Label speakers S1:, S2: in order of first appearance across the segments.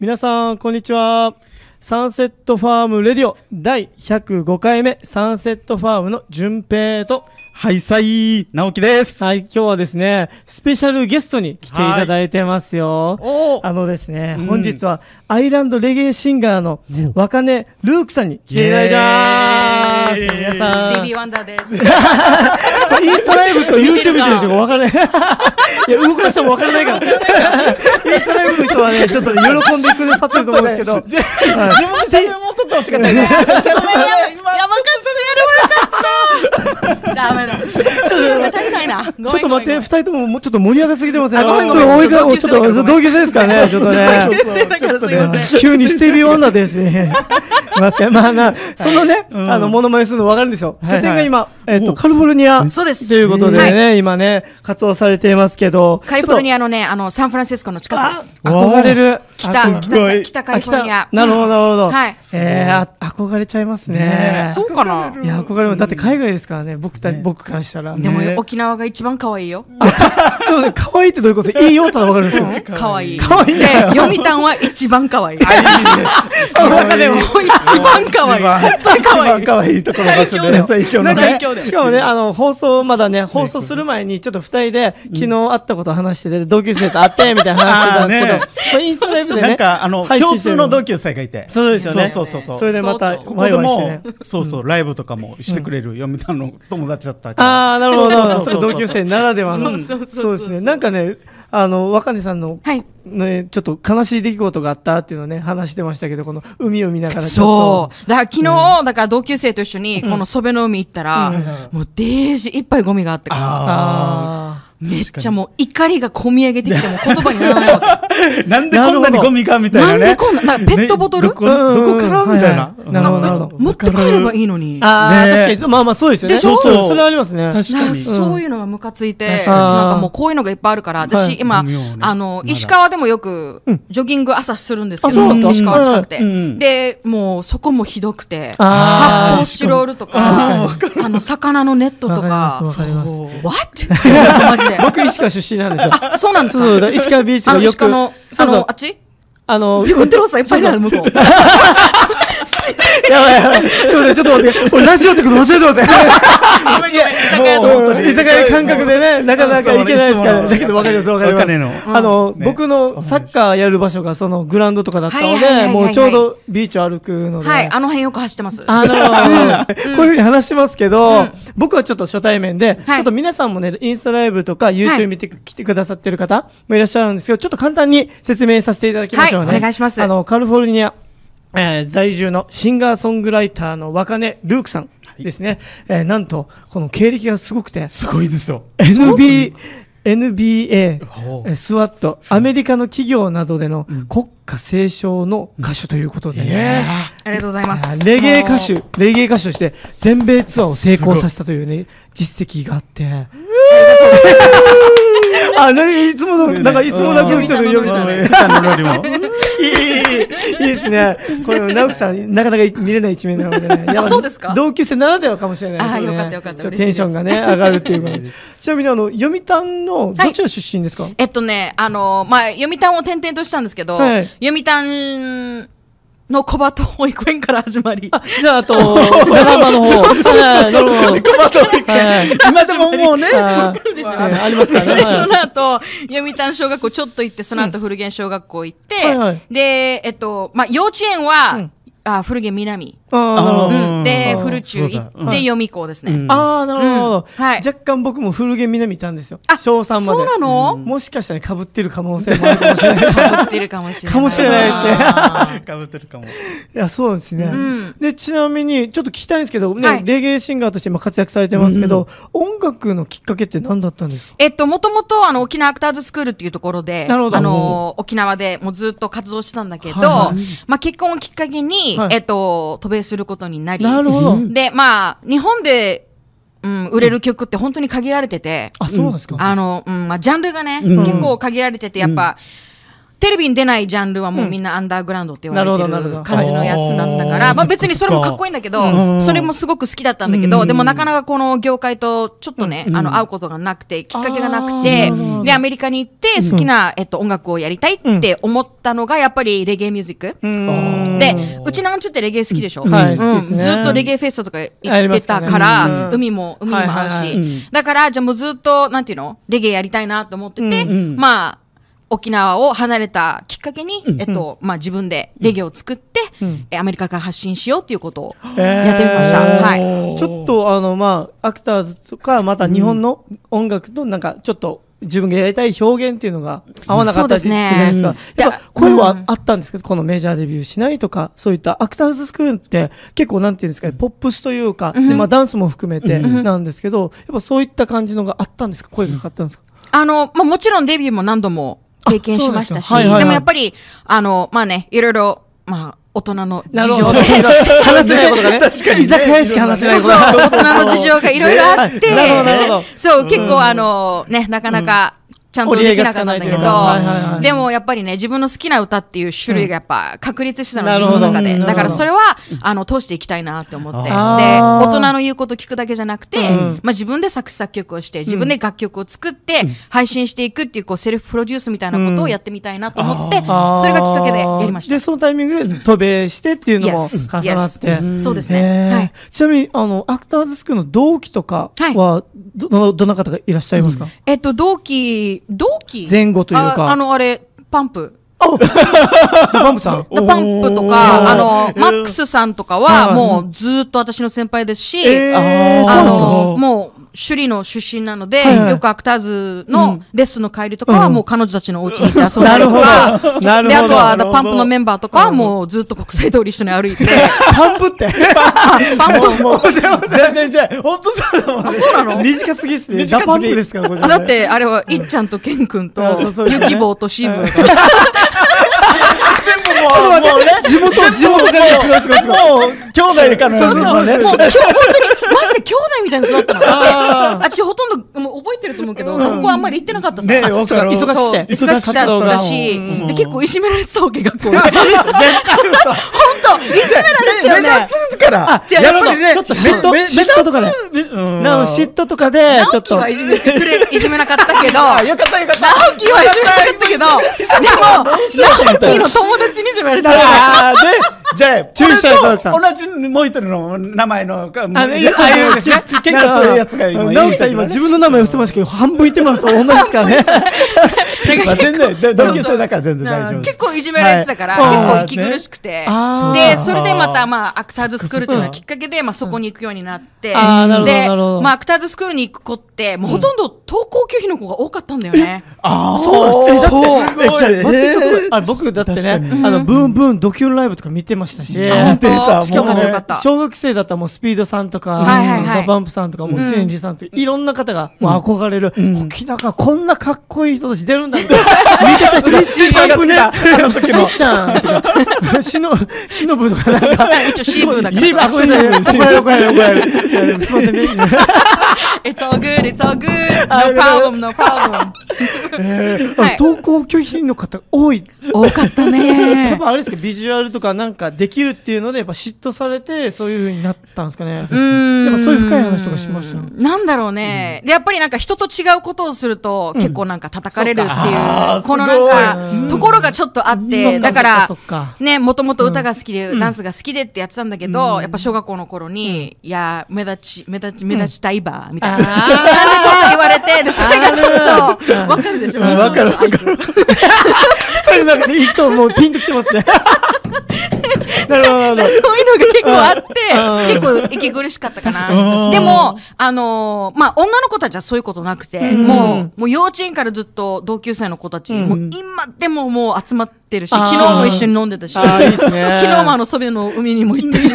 S1: 皆さんこんにちはサンセットファームレディオ第105回目サンセットファームの順平と
S2: はい、さい、直樹です。
S1: はい今日はですねスペシャルゲストに来ていただいてますよ
S2: お
S1: あのですね、
S2: うん
S1: 本日はアイランドレゲエシンガーの若音ルークさんに来ていただいてます
S2: イエーイ
S1: 皆
S3: ステ
S1: さ
S3: ィー
S1: ん
S3: ビー・ワンダー です。
S1: インスタライブと YouTube 見てる人が分からない。いや、動かしても分からないから。インスタライブの人はね、ちょっとね、喜んでくださってると思うんですけど。
S2: 自分で持っとってほしかったね。ちょっとね今
S3: 山勝のやるわよかった。ダメだ。足りないな。ち
S1: ちょっと待って、二人とももうちょっと盛り上がりすぎてません。
S3: あごめん
S1: ち
S3: ご
S1: ょっ
S3: めん
S1: と追いか
S3: 同級
S1: ち
S3: 生
S1: ょっと
S3: だからごめん
S1: 同級生ですからね、ちょっと
S3: 同級
S1: ね。
S3: 生だからすいません。
S1: 急にスティービー・ワンダーですね。いますね。まあな、そのね、
S2: ん
S1: あの、モノマネするの分かるんですよ。拠
S2: いはい
S1: 点が今、えっ
S2: お
S1: と、
S2: う
S1: カリフォルニア。
S3: そうです
S1: ということで
S3: は
S1: ね、今ね、活動されていますけど。
S3: カリフォルニ
S1: ア。
S3: アのね、あの、サンフランシスコの近くです。
S1: 憧れる。
S3: 北
S1: あすっごい
S3: 北北カリフォルニ
S1: あ
S3: ア
S1: 来。たなるほど、なるほど。
S3: はい
S1: えー、あ憧れちゃいますね。
S3: そうかな。
S1: いや、憧れも、だって海外ですからね、僕たち、僕からしたら。
S3: でも
S2: ね
S3: 沖縄が一番可愛いよ。
S1: ちょっとね、可愛いってどういうこといいよってのはわかる んですけど。
S3: 可愛い。
S1: 可愛いん
S3: で
S1: だよ、
S3: 読谷は一番可愛 い。
S1: その中でも。
S3: 一番可愛い。本当に可愛い。
S2: 可愛いところ場所
S3: 最強
S1: な
S2: で最強
S3: だよ
S2: の
S1: んか
S2: ね
S3: 最
S1: ね
S3: 強だ、よ
S1: しかもね、あの、放送、まだね、放送する前に、ちょっと二人で、昨日会ったことを話してて、同級生と会って、みたいな話してたんですけど、まあインスタライブでね、
S2: なんかあの
S1: 配信
S2: 共
S1: して
S2: 通
S1: る
S2: の同級生がいて、
S1: そうですよね。
S2: そうそうそうそう
S1: それでまた、
S3: そう
S2: ここ
S1: ワイ
S2: で
S1: ワイしてね
S2: も。そうそうライブとかもしてくれる読谷の友達だったから。
S1: ああ、なるほど、なるほど。そ
S2: そ
S1: れ
S2: うそうそう
S1: 同級生ならではの。
S3: そうそうそうそう
S1: そうですね。なんかね、あの、若根さんの
S3: はい。
S1: ね、ちょっと悲しい出来事があったっていうのをね、話してましたけど、この海を見ながらちょ
S3: そ
S1: っと。
S3: う。だから昨日、だから同級生と一緒に、このソベの海行ったら、もうデージいっぱいゴミがあってから。
S1: あ
S3: めっちゃもう怒りがこみ上げてきてもう言葉にならないわ
S2: なんでこんなにゴミがみたいなね。
S3: なんでこんななんかペットボト
S2: ね
S3: ル
S2: どこどこから
S1: うんうんうん
S2: みたいな
S1: はい。はいなるほどなるほ
S3: け
S1: ど
S3: 持って帰ればいいの
S1: ー
S3: に
S1: あー、
S2: ね
S1: 確かに、まあまあそうですよね。
S3: でしょ
S2: そうそう
S1: それはありますね。
S2: 確
S3: な
S2: か
S3: んか
S2: に。
S3: そういうのがムカついて、
S2: 確
S1: かに
S3: なんかもうこういうのがいっぱいあるから、
S1: は
S3: 私
S1: い
S3: 今、
S2: ゴミをね
S3: あの、
S2: まだ
S3: 石川でもよくジョギング朝するんですけ
S1: あそうな
S3: ど、
S1: んですか
S3: 石川近くて、
S2: うんうん
S3: で、もうそこもひどくて、
S1: あー
S3: 発泡スチロールとか、あの、魚のネットとか、
S1: わかります
S3: そう What? マジで。
S1: 僕、石川出身なんですよ。
S3: あ、そうなんです
S1: そうそうだ
S3: か
S1: 石川ビーチと
S3: あ
S1: か
S3: の、
S1: よ
S3: 石
S1: く。
S3: 川の、
S1: そ
S3: あ
S1: うそ
S3: の
S1: う、
S3: あっち
S1: あの、
S3: 売ってるさいっぱいある、向こう。
S1: やばいやばい。すいません、ちょっと待って。俺、ラジオってこと忘れてません。いや、
S2: もう
S1: もう、居酒屋感覚でね、なかなか行けないですから。
S2: いつもの
S1: だけど、わかります、わかり
S2: わかり
S1: ま
S2: ます
S1: す。あの、
S2: ね
S1: 僕のサッカーやる場所が、その、グラウンドとかだったの
S3: はいはいはいはい
S1: で、
S3: はい
S1: もうちょうどビーチを歩くので。
S3: はい、あの辺よく走ってます。
S1: あのーこういうふうに話しますけど、
S3: うん
S1: 僕はちょっと初対面で、ちょっと皆さんもね、インスタライブとか YouTube 見てく、来てくださってる方もいらっしゃるんですけど、ちょっと簡単に説明させていただきましょうね。
S3: はいお願いします
S1: あの、カリフォルニア、えー在住のシンガーソングライターの若根ルークさんですね。えーなんと、この経歴がすごくて、
S2: すごいですよ。
S1: NB、NBA
S2: ほ、う
S1: えスワット、アメリカの企業などでの国家斉唱の歌手ということで
S2: いや
S1: ね。
S3: ありがとうございます。
S1: レゲエ歌手、レゲエ歌手として全米ツアーを成功させたというね、実績があって。 あ、なに、いつもの、なんかいつもだけちょっと読みたい ね。
S2: ー。あの料理も。
S1: いい、いい、いいですね。これ、直樹さん、なかなか見れない一面なので ね。やっぱ
S3: そうですか
S1: 同級生ならではかもしれないですね。
S3: あよかったよかった
S1: ちょと
S3: 嬉しい
S1: テ
S3: で
S1: ン
S3: す
S1: ションがね、上がるっていう ことで。ちなみに、あの、読谷の、どちら出身ですか、
S3: えっとね、あのまあ、読谷を転々としたんですけど、
S1: はい
S3: 読谷の小鳩保育園から始まり、
S1: あ、じゃあ、あと、長間の方。そうそう そうはい。
S2: 今でももうね。
S1: あーねありますか
S3: で、
S1: らね。はい
S3: その後、読谷小学校ちょっと行って、その後、古源小学校行って、
S1: はいはい
S3: で、えっと、まあ、幼稚園は、
S1: うん
S3: あ古源南、
S1: あ
S2: あ
S1: ー
S2: ー
S3: うんで、
S1: うん
S3: 古中行って、
S2: そうだうん
S3: 読み校ですね。
S2: うん
S1: あー、なるほど。
S3: うんはい
S1: 若干僕も古源南いたんですよ。
S3: あ
S1: 小3まで。
S3: そうなの、
S1: もしかしたら被ってる可能性もあるかもしれな い。い
S3: かぶってるかもしれない。
S1: かもしれないですね
S3: あー
S2: かぶってるかも。
S1: や、そうなんですね。
S3: ん
S1: で、ちなみに、ちょっと聞きたいんですけど、ね、
S3: はい
S1: レゲエシンガーとして今活躍されてますけど、音楽のきっかけって何だったんですか
S3: えっと、もともと、あの、沖縄アクターズスクールっていうところで、
S1: なるほど
S3: あの、沖縄でもうずっと活動してたんだけど、
S1: はいはい
S3: まあ、結婚をきっかけに、
S1: はい
S3: えっと、渡米することになり、
S1: なるほど。
S3: で、まあ、日本で、うん、売れる曲って本当に限られてて、
S1: あ、そうなんですか、
S3: あの、うん、まあ、ジャンルがね、
S2: うん
S3: 結構限られてて、やっぱ、テレビに出ないジャンルはもうみんなアンダーグラウンドって言われて
S1: なるほどなるほ
S3: る
S1: ど
S3: 感じのやつだったか
S2: は
S3: ら、
S2: い
S3: まあ別にそれもかっこいいんだけ
S2: うん
S3: ど、それもすごく好きだったんだけ
S2: う
S3: ど、
S2: ん
S3: でもなかなかこの業界とちょっとね、
S2: うん
S3: あの、会うことがなくて、きっかけがなくて
S1: あーなるほど、
S3: で、アメリカに行って好きな、えっと、音楽をやりたいって思ったのが、やっぱりレゲエミュージック。
S1: うん
S3: で、うちのアンチってレゲエ好きでしょ、
S1: うんはい
S3: うん
S1: 好きですね
S3: ずっとレゲエフェスタとか行
S1: あり
S3: っ
S1: ま
S3: て
S1: すか
S3: た
S1: ね
S3: から、
S1: うん
S3: 海も、海も合うし、
S1: はいはい
S2: はいうん
S3: だから、じゃあもうずっと、なんていうのレゲエやりたいなと思ってて、
S2: うんうん
S3: まあ、沖縄を離れたきっかけに、えっと、まあ自分でレゲエを作って、
S1: うん
S3: えアメリカから発信しようっていうことを
S1: えー
S3: やってみました。はい。
S1: ちょっとあのまあアクターズとかまた日本の音楽となんかちょっと自分がやりたい表現っていうのが合わなかったり
S3: そ
S1: じゃ
S3: うですね
S1: ないですか。
S3: うん
S1: やっ
S3: い
S1: ぱ
S3: や
S1: 声
S3: う
S1: は
S3: ん
S1: あったんですけど、このメジャーデビューしないとかそういったアクターズスクールって結構なんていうんですかねポップスというか、でまあダンスも含めてなんですけど、やっぱそういった感じのがあったんですか声がかかったんですか。
S3: あの、まあ、もちろんデビューも何度も経験しましたし、
S1: あそうですかはいはいはい
S3: でもやっぱり、あの、まあね、いろいろ、まあ、大人の事
S1: なるほ
S3: 情
S1: ど。
S3: で、
S1: 話せないことがね。
S2: 確かにね
S1: 居酒屋しか話せないことが。
S3: そうそう、大人の事情がいろいろあって、
S1: ねなるほどなるほど
S3: そう、結構あの、ね、なかなか、ちゃんとできなかったんだけ
S1: 折り合いがつかないというかはいはいは
S3: ど、
S1: い
S3: でもやっぱりね、自分の好きな歌っていう種類がやっぱ確立してたの、
S1: なるほ
S3: 自
S1: ど
S3: 分の中
S1: う
S3: で。
S1: ん
S3: だからそれは、あの、通していきたいなって思って。で、
S1: あー
S3: 大人の言うこと聞くだけじゃなくて
S1: うん、
S3: まあ自分で作詞作曲をして、自分で楽曲を作って、配信していくっていう、こう、セルフプロデュースみたいなことをやってみたいなと思って、それがきっかけでやりました
S1: で、。そのタイミングで渡米してっていうのも
S3: Yes
S1: 重なって。
S3: Yes そうですね。
S1: へー
S3: はい。
S1: ちなみに、あの、アクターズスクールの同期とか
S3: はい
S1: は、ど、ど、どな方がいらっしゃいますか、
S3: えっと、同期、同期
S1: 前後というか
S3: ああの、あれ、パンプ。
S1: バンプさん。
S3: パンプと
S1: おー
S3: か、あの、マックスさんとかは、
S1: はい
S3: もうずーっと私の先輩ですし、
S1: えー、
S3: あ
S1: そうな
S3: の、
S1: んですか
S3: もう、首里の出身なので、
S1: はいはい
S3: よくアクターズのレッスンの帰りとかは、もう彼女たちのお家に行って遊んだりと
S1: なるほ
S3: か
S1: ど、なるほど
S3: で、あとは、
S1: な
S3: あ
S1: る
S3: のパンプのメンバーとかは、もうずっと国際通り一緒 に歩いて、
S1: パンプって。
S3: パンプ
S1: もう、じゃあ、じゃあ、じゃあじゃあ、本当そうだもんね。
S3: そうなの
S1: 短すぎっすね。
S2: 短す
S1: ジ
S2: ぎ
S1: ャパンプですから、これ
S3: あだって、あれは、いっちゃんとケン君と
S1: あそうそう、です
S3: ゆ
S1: ね
S3: きぼうとシーブ
S1: 全部もう、ちょっと待って、地 元、地元からすごいすごいすごい。もう、兄弟いるからそうそうそう。
S3: もう今日本当にマジで兄弟みたいな人だったの。だって、私ほとんどもう覚えてると思うけど、学校あんまり行ってなかったさ。
S1: ねわかる
S3: そう
S1: 忙しくて
S3: そう忙しくてだったし
S1: 忙し、
S3: で結構いじめられてたわけ、学校で。
S1: そうでしょ絶対嘘。
S3: 本当、 いじめられてたよね。
S2: つから
S1: あ、
S3: 違う
S1: やっぱりね、
S2: ち
S1: ち
S2: ょ
S1: ょ
S2: っ
S1: っ
S2: と
S1: と嫉
S2: 嫉妬
S1: 妬、嫉妬とかね。なの嫉妬とかで、ちょ
S3: 直
S1: っ
S3: 樹
S1: と。
S3: はいじめてくれ、いじめな かったけど、
S2: あよかったよかった
S3: 直樹はいじめなかったけど、でも、直樹の友達にいじめられてたよね。
S2: あーで、じゃあ、
S1: 注意したい
S2: 俺
S1: トラクさん
S2: と同じもう一人の名前の、か
S1: あ
S2: も
S1: の、
S2: う
S1: いやああいう
S2: 結結構そういうやつが今いる
S1: 直樹さん今自分の名前伏せましたけど、半分言ってますと同じですからね。
S2: まあ全然、で同級生だから全然大丈夫です
S3: 結。構いじめられてたから、
S1: はい
S3: 結構息苦しくて、
S1: あーね
S3: で
S1: あー
S3: それでまた、まあ、アクターズスクールっていうの
S1: そっかそっ
S3: は
S1: か
S3: きっかけで、まあ、そこに行くようになって、
S1: あーなるほど
S3: で
S1: なるほど
S3: まあ、アクターズスクールに行く子ってもうほとんど登校拒否の子が多かったんだよね。
S2: あ
S1: そうなんです。えだって、え
S2: そう
S1: じゃあ
S2: えー
S1: 待ってちょっと待ってあ僕だってね、あ
S2: 確かに
S1: の、ブーンブーンドキュンライブとか見てましたし。
S2: あ見てた、
S1: しかも
S2: もう
S3: よ
S2: ね
S3: かっ。た
S1: 小学生だったらもうスピードさんとか、
S3: はいはいはい
S1: ダバンプさんとか、もうシエンジさんとか、いろんな方がもう憧れる、沖縄こんなかっこいい人たち出るんだって、見てた人が、
S2: 嬉しい
S1: パンプね、
S2: あの時も
S1: みっちゃんとか、 しの、しのぶとかなんか、
S3: 一応シーブだから
S1: シーブ、あ、ごめんなさい、怒られる怒られる怒られるいやでもすいませんね。
S3: It's all good, it's all good,
S1: あよ
S3: no
S1: かった
S3: problem, no problem. はい
S1: 投稿拒否の方多い。
S3: 多かった
S1: やっ
S3: ね。
S1: ぱあれですか、ビジュアルとかなんかできるっていうので、やっぱ嫉妬されて、そういう風になったんですかね。
S3: うーん
S1: やっぱそういう深い話とかしました
S3: なんだろうね、でやっぱりなんか人と違うことをすると結構なんか叩かれるっていう、
S2: そうかあー
S3: この
S2: す
S3: なんかところがちょっとあって、
S1: うん
S3: だから
S1: そっかそっか
S3: ねもともと歌が好きで、ダンスが好きでってやってたんだけど、やっぱ小学校の頃に、いや目立ち目立ち目立ちたいばみたいな感じでちょっと言われてでそれがちょっとわかるでしょ
S1: うんわかるわかる
S3: そのあいつ
S1: 二人の中でいいともうピンときてます ね。なるほど、なるほど。
S3: そういうのが結構あって、結構息苦しかったか
S1: 確か
S3: な。でも、あのーまあ、女の子たちはそういうことなくて、もう、もう幼稚園からずっと同級生の子たち、もう今でももう集まってるし、
S1: あー
S3: 昨日も一緒に飲んでたし、
S1: あーいいっすね
S3: 昨日もあのソビエの海にも行った し、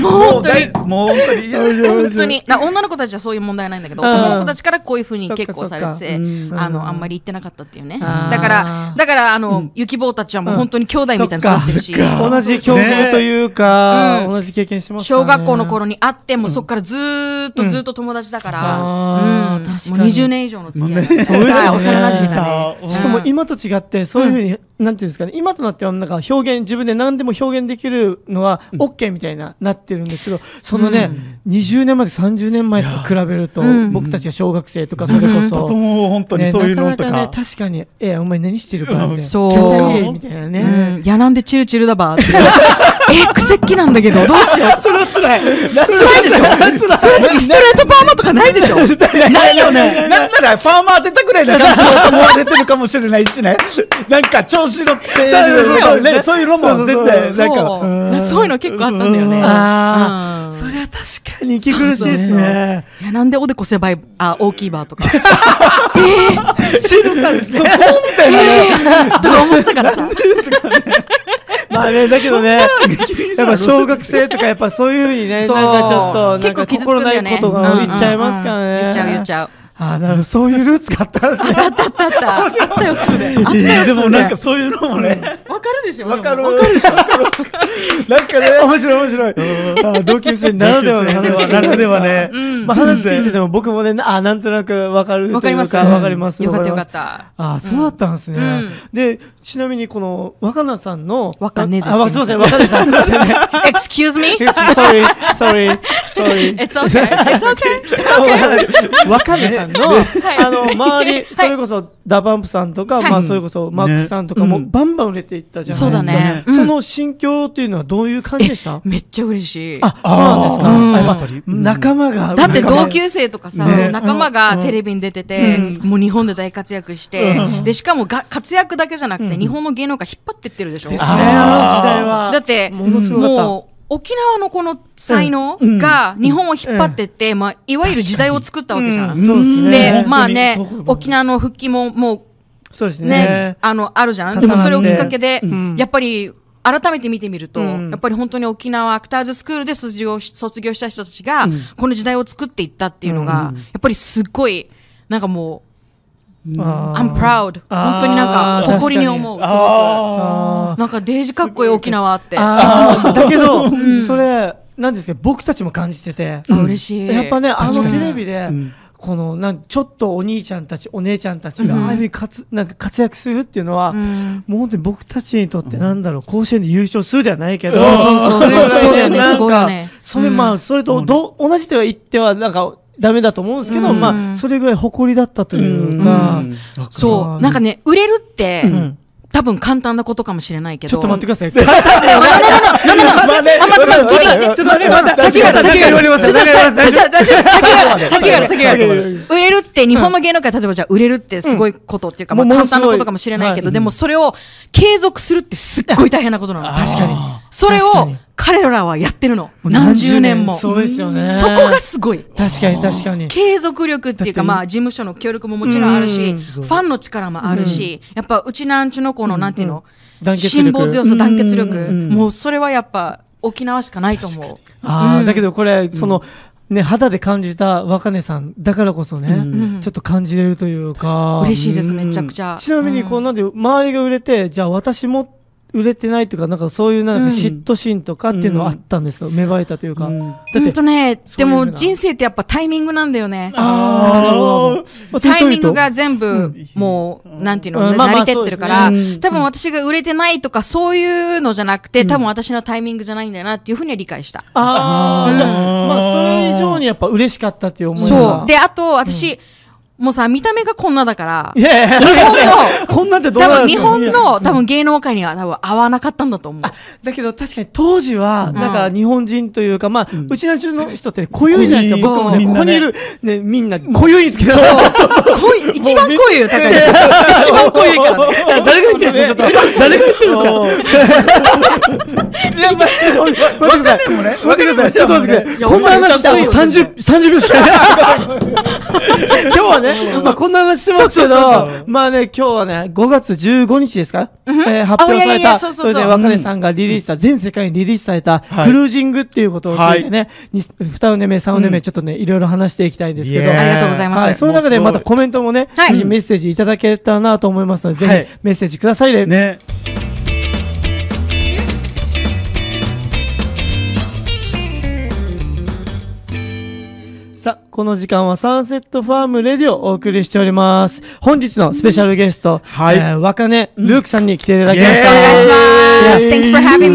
S3: もう
S2: もう
S3: 本当に
S2: 大、もう本当に、
S3: 本当に、な女の子たちはそういう問題ないんだけど、
S1: うん
S3: 男の子たちからこういうふうに結
S1: そ
S3: 構
S1: っかそ
S3: さ
S1: っ
S3: れ
S1: か
S3: てて
S1: う、ん
S3: あの、あんまり言ってなかったっていうね。
S1: あー
S3: だから、だから、あの、ゆきぼうたちはもう本当に兄弟みたいに
S1: そっか
S3: 育ってるし。
S2: そっか
S1: 同じ境遇というか、
S3: ねうん
S1: 同じ経験してますから
S3: 小
S1: ね
S3: 学校の頃に会っても、そこからずーっとずーっと友達だから、
S1: うん
S3: うん
S1: あー確かに
S3: もう20年以上の付き合い、
S2: もうね
S1: そうですよね
S3: はい幼馴染だね
S2: うん
S1: しかも今と違ってそういうふうになんていうんですかね今となってはなんか表現自分で何でも表現できるのは OK みたいな、なってるんですけどそのね、20年前と30年前とか比べると、
S3: うん
S1: 僕たちが小学生とかそれこそ、
S2: とも本当に
S1: ね
S2: そういうのとか,、
S1: なかなかね確かに「えお前何してるか」みたいな「
S3: そう
S1: キャサリンみたいなね、
S3: うん、いやなんでチルチルだばってえクセっ気なんだけどどうしよう
S1: それは辛い。
S3: 辛いでしょそういう時ストレートパーマとかないでしょ
S2: ないよね。なんならファーマー当てたくらいな感じだと思われてるかもしれないしね。なんか調子乗って
S1: そうそうそう
S2: るね。そういうロマン絶対
S3: そ
S2: な
S3: うん
S2: か。
S3: そういうの結構あったんだよね
S1: ああ、
S3: うん
S1: それは確かに息苦しいですね。
S3: いやなんでおでこ狭いあ大きいバーと か
S1: 知るかですね。
S3: えー、とか思ってたからさ
S1: まあね、だけどね、やっぱ小学生とかやっぱそういうふうにね、
S3: そう
S1: なんかちょっと、なん
S3: 結構
S1: か
S3: 傷つく
S1: 心
S3: ん
S1: な
S3: だよね
S1: いことが言っちゃいますからね。
S3: 言っちゃう言っち
S1: う。
S3: ゃう
S1: ああ、なるほど、そういうルーツがあったんですね。
S3: あったあったあったよすであった
S2: い
S3: よ
S2: やで
S3: す
S2: もなんかそういうのもね。
S3: わかるでしょ
S2: わかる。
S3: でも
S2: わかる。なんかね。面白い面白い。
S1: ああ同級生ならではの話
S2: ならではね。
S3: うん
S1: まあ話聞いてても僕もね、ああ、なんとなくわかるという
S3: わかります
S1: わかります。
S3: よかった
S1: わりま
S3: よか
S1: す
S3: った
S1: ああそうだったんですね、
S3: うん
S1: でちなみにこの若菜さんの
S3: 若菜です
S1: ああすいません若菜さんすいません ね
S3: Excuse me?
S1: sorry sorry sorry
S3: It's okay. It's okay.
S1: 若菜さんの、あの周りそれこそダバンプさんとか、まあそれこそマックスさんとかも、
S2: ねうん
S1: バンバン売れていったじゃないです
S3: そう
S1: か
S3: だね。
S1: その心境っていうのはどういう感じでした
S3: めっちゃ嬉しい。
S1: あそうなんですか、
S3: あー
S1: あやっぱり仲間が
S3: だって同
S1: 生
S3: 級生とかさ、
S1: ね
S3: その仲間がテレビに出てて、もう日本で大活躍して、でしかもが活躍だけじゃなくて、日本の芸能界引っ張ってってるでしょ。
S1: ですねあ
S3: だ
S1: の時代は
S3: って
S1: ものすごかった
S3: もう沖縄のこの才能が日本を引っ張ってって、まあいわゆる時代を作ったわけじゃん。
S1: うんそうですね
S3: で
S1: 本当
S3: まあね沖
S2: 縄
S3: 縄の復帰ももう
S1: そうですね
S3: ね、あの、あるじゃん。
S1: 重
S3: で
S1: な
S3: も
S1: って
S3: それをきっかけで、
S1: うん
S3: やっぱり、改めて見てみると、
S1: うん
S3: やっぱり本当に沖縄アクターズスクールで卒業し卒業した人たちが、この時代を作っていったっていうのが、やっぱりすっごい、なんかもう、
S1: あー
S3: I'm proud。
S1: あー
S3: 本当になんか、誇りに思う。すご
S1: あー
S3: く。なんか、デージかっこいい沖縄って。あ
S1: あーだけど、それなんですけど僕たちも感じてて、
S3: 嬉しい。
S1: やっぱねあのテレビ
S3: で。
S1: で、
S2: うん
S1: このなんちょっとお兄ちゃんたちお姉ちゃんたちが
S3: うん
S1: ああいうふうに活なんか活躍するっていうのは、
S3: うん
S1: もう本当に僕たちにとってなんだろう甲子園で優勝するではないけど
S2: そうそうそうそう
S1: れぐらい
S2: そうだよね
S1: なんか
S3: すごいよね
S1: それまあそれとど同じとは言ってはなんかダメだと思うんですけど、
S3: うん
S1: まあそれぐらい誇りだったというか、
S3: そう。なんかね、売れるって、多分簡単なことかもしれないけど。
S1: ちょっと待ってください。
S2: まあね、まずまずちょっと待って、まだ
S3: 先がある、先がある。
S2: 先がある。
S3: 先がある、先がある、先があ
S1: 先
S3: る、
S1: が
S3: 先が
S1: あ
S3: あ
S1: る
S3: る。売れるって、日本の芸能界、例えばじゃあ売れるってすごいことっていうか、
S1: うん
S3: まあ
S1: もう
S3: 簡単なことかもしれないけ
S1: もうすご
S3: ど、
S1: い
S3: でもそれを継続するってすっごい大変なことなの。
S1: 確かに。
S3: それ
S1: 確か
S3: を
S1: に
S3: 彼らはやってるの。何十年も。
S1: そうですよね。
S3: そこがすごい。
S1: 確かに確かに。
S3: 継続力ってい
S1: だっ
S3: うか、
S1: て
S3: まあ、事務所の協力ももちろんあるし、
S1: うん
S3: ファンの力もあるし、やっぱ、うちなんちゅの子の、なんていうの、
S1: 団結力
S3: 辛抱強さ、団結力、
S1: うん
S3: もうそれはやっぱ、沖縄しかないと思う。
S1: ああ、
S3: うん
S1: だけどこれ、その、ね、肌で感じた若根さんだからこそね、
S2: うん
S1: ちょっと感じれるというか。
S3: 嬉しいです、
S2: うん
S3: めちゃくちゃ。
S1: ちなみに、こう、なんで、周りが売れて、じゃあ私も売れてないというか、なんかそういうなんか
S3: うん
S1: 嫉妬心とかっていうのはあったんですか、芽生えたというか。
S2: うん
S1: だ
S3: う
S1: って
S3: んほん、とね、
S1: そうい
S3: で
S1: うふうな
S3: も人生ってやっぱタイミングなんだよね。
S1: ああ、
S3: タイミングが全
S1: う
S3: 部、もう、なんていう
S1: う
S3: の、
S1: んまあまあ
S3: 成り立ってるから
S1: そう
S2: ですねうん、
S3: 多分私が売れてないとか、そういうのじゃなくて、多分私のタイミングじゃないんだよなっていうふうには理解した。
S1: ああ、じゃあ、
S2: うん
S1: まあ、それ以上にやっぱ嬉しかったっていう思いが。
S3: そう。で、あと、私、もうさ、見た目がこんなだから
S1: い、やいやいや、 こんなんってどう
S3: 多
S1: な
S3: 分
S1: ん
S3: 日
S1: ですか
S3: 本の、多分芸能界には多分合わなかったんだと思う。
S1: だけど確かに当時は、なんか日本人というか、まあ、うちの中の人って濃ゆいじゃないですか。
S2: 濃
S1: 僕もね、
S2: いそう
S1: ここにいる、ね、みんな濃ゆいんですけど。
S3: 濃い、一番濃いよ、高橋。一番濃いからね。
S1: 誰が言ってるんですかちょっと誰が言ってるんですかやばい待ってください。待ってください。ちょっと待ってください。
S3: や
S1: こんな話したら
S3: いや
S1: もう30、30秒しか ない。今日はね、まあこんな話してますけど
S3: そうそうそ、
S1: まあね、今日はね、5月15日ですかえ
S3: ん
S1: ー発表
S3: あ
S1: さ
S3: いや
S1: れ
S3: いや
S1: た、
S3: そう
S1: そ
S3: そうそ
S1: れ
S3: う
S1: で若根さんがリリースした、全世界にリリースされた、
S2: はい
S1: クルージングっていうことをついてね、に二年目、3年目、ちょっとね、いろいろ話していきたいんですけど、
S2: イエーイ
S3: ありがとうございます。
S1: はい、その中でまたコメントもね、
S3: はい
S1: ぜひメッセージいただけたらなと思いますので、
S2: はい
S1: ぜひメッセージくださいね。
S2: ね。
S1: さあ、この時間はサンセットファームレディオをお送りしております。本日のスペシャルゲスト、
S2: はい
S1: えー若根ルークさんに来ていただきました。
S2: イエーイ
S3: お願いします。
S2: イエーイ
S3: Thanks for having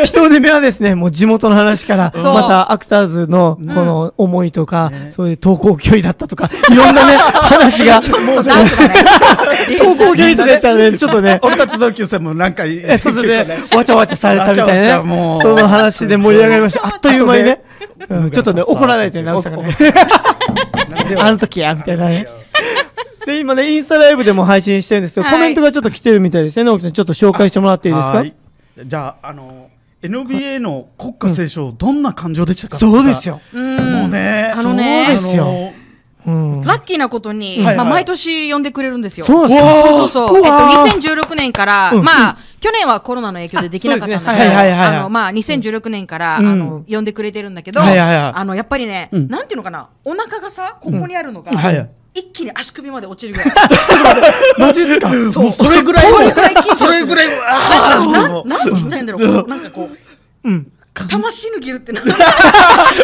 S3: me.
S1: 一目目はですね、もう地元の話から、
S3: そう
S1: またアクターズのこの思いとか、そういう登校距離だったとか、いろんなね、話が、
S3: ダンスだね。
S1: 登校距離とか言ったらね、ちょっ とね、
S2: 俺たち同級生もなんか、
S1: え そうですね、わちゃわちゃされたみたい
S2: わちゃ
S1: な
S2: わちゃも
S1: ね、
S2: う
S1: その話で盛り上がりました。あっという間にね、
S2: で
S1: うんちょっとね、
S2: 僕が
S1: 怒らないとね、
S2: さ
S1: ナウさんがね。
S2: なんで
S1: あの時や、みたいなね。で、今ね、インスタライブでも配信してるんですけど、
S3: はい
S1: コメントがちょっと来てるみたいですね、直樹さん、ちょっと紹介してもらっていいです
S2: は
S1: か
S2: いじゃあ、あの、NBA の国家斉唱、どんな感情でしたか
S1: そうです。よ。
S3: うん
S2: もうね、
S3: あのねそう
S1: ですよ
S2: の
S1: うん。
S3: ラッキーなことに、
S2: はいはい
S3: まあ、毎年呼んでくれるんですよ。
S1: そうなんです
S2: う
S1: か
S2: わー
S3: そうそうそう。えっと、
S1: わー
S3: 2016年から、まあ、去年はコロナの影響でできなかったんだ
S1: あそうで
S3: け
S1: す
S3: ど、
S1: ねはいはい
S2: はいはい
S3: あの、まあ、2016年から、
S2: うん
S3: あの、呼んでくれてるんだけど、
S2: はいはいはい
S3: あの、やっぱりね、
S2: うん
S3: なんていうのかな、お腹がさ、ここにあるのが、
S2: うんはいはい
S3: 一気に足首まで落ちるぐらい。
S2: マジですかもうそれぐらい
S3: それぐらい緊張す
S2: そ
S3: る
S2: れぐらい、あ
S3: な
S2: ー
S3: んなんなんつったらいいんだろうこう、なんかこう、
S1: ん
S3: 魂抜けるってな。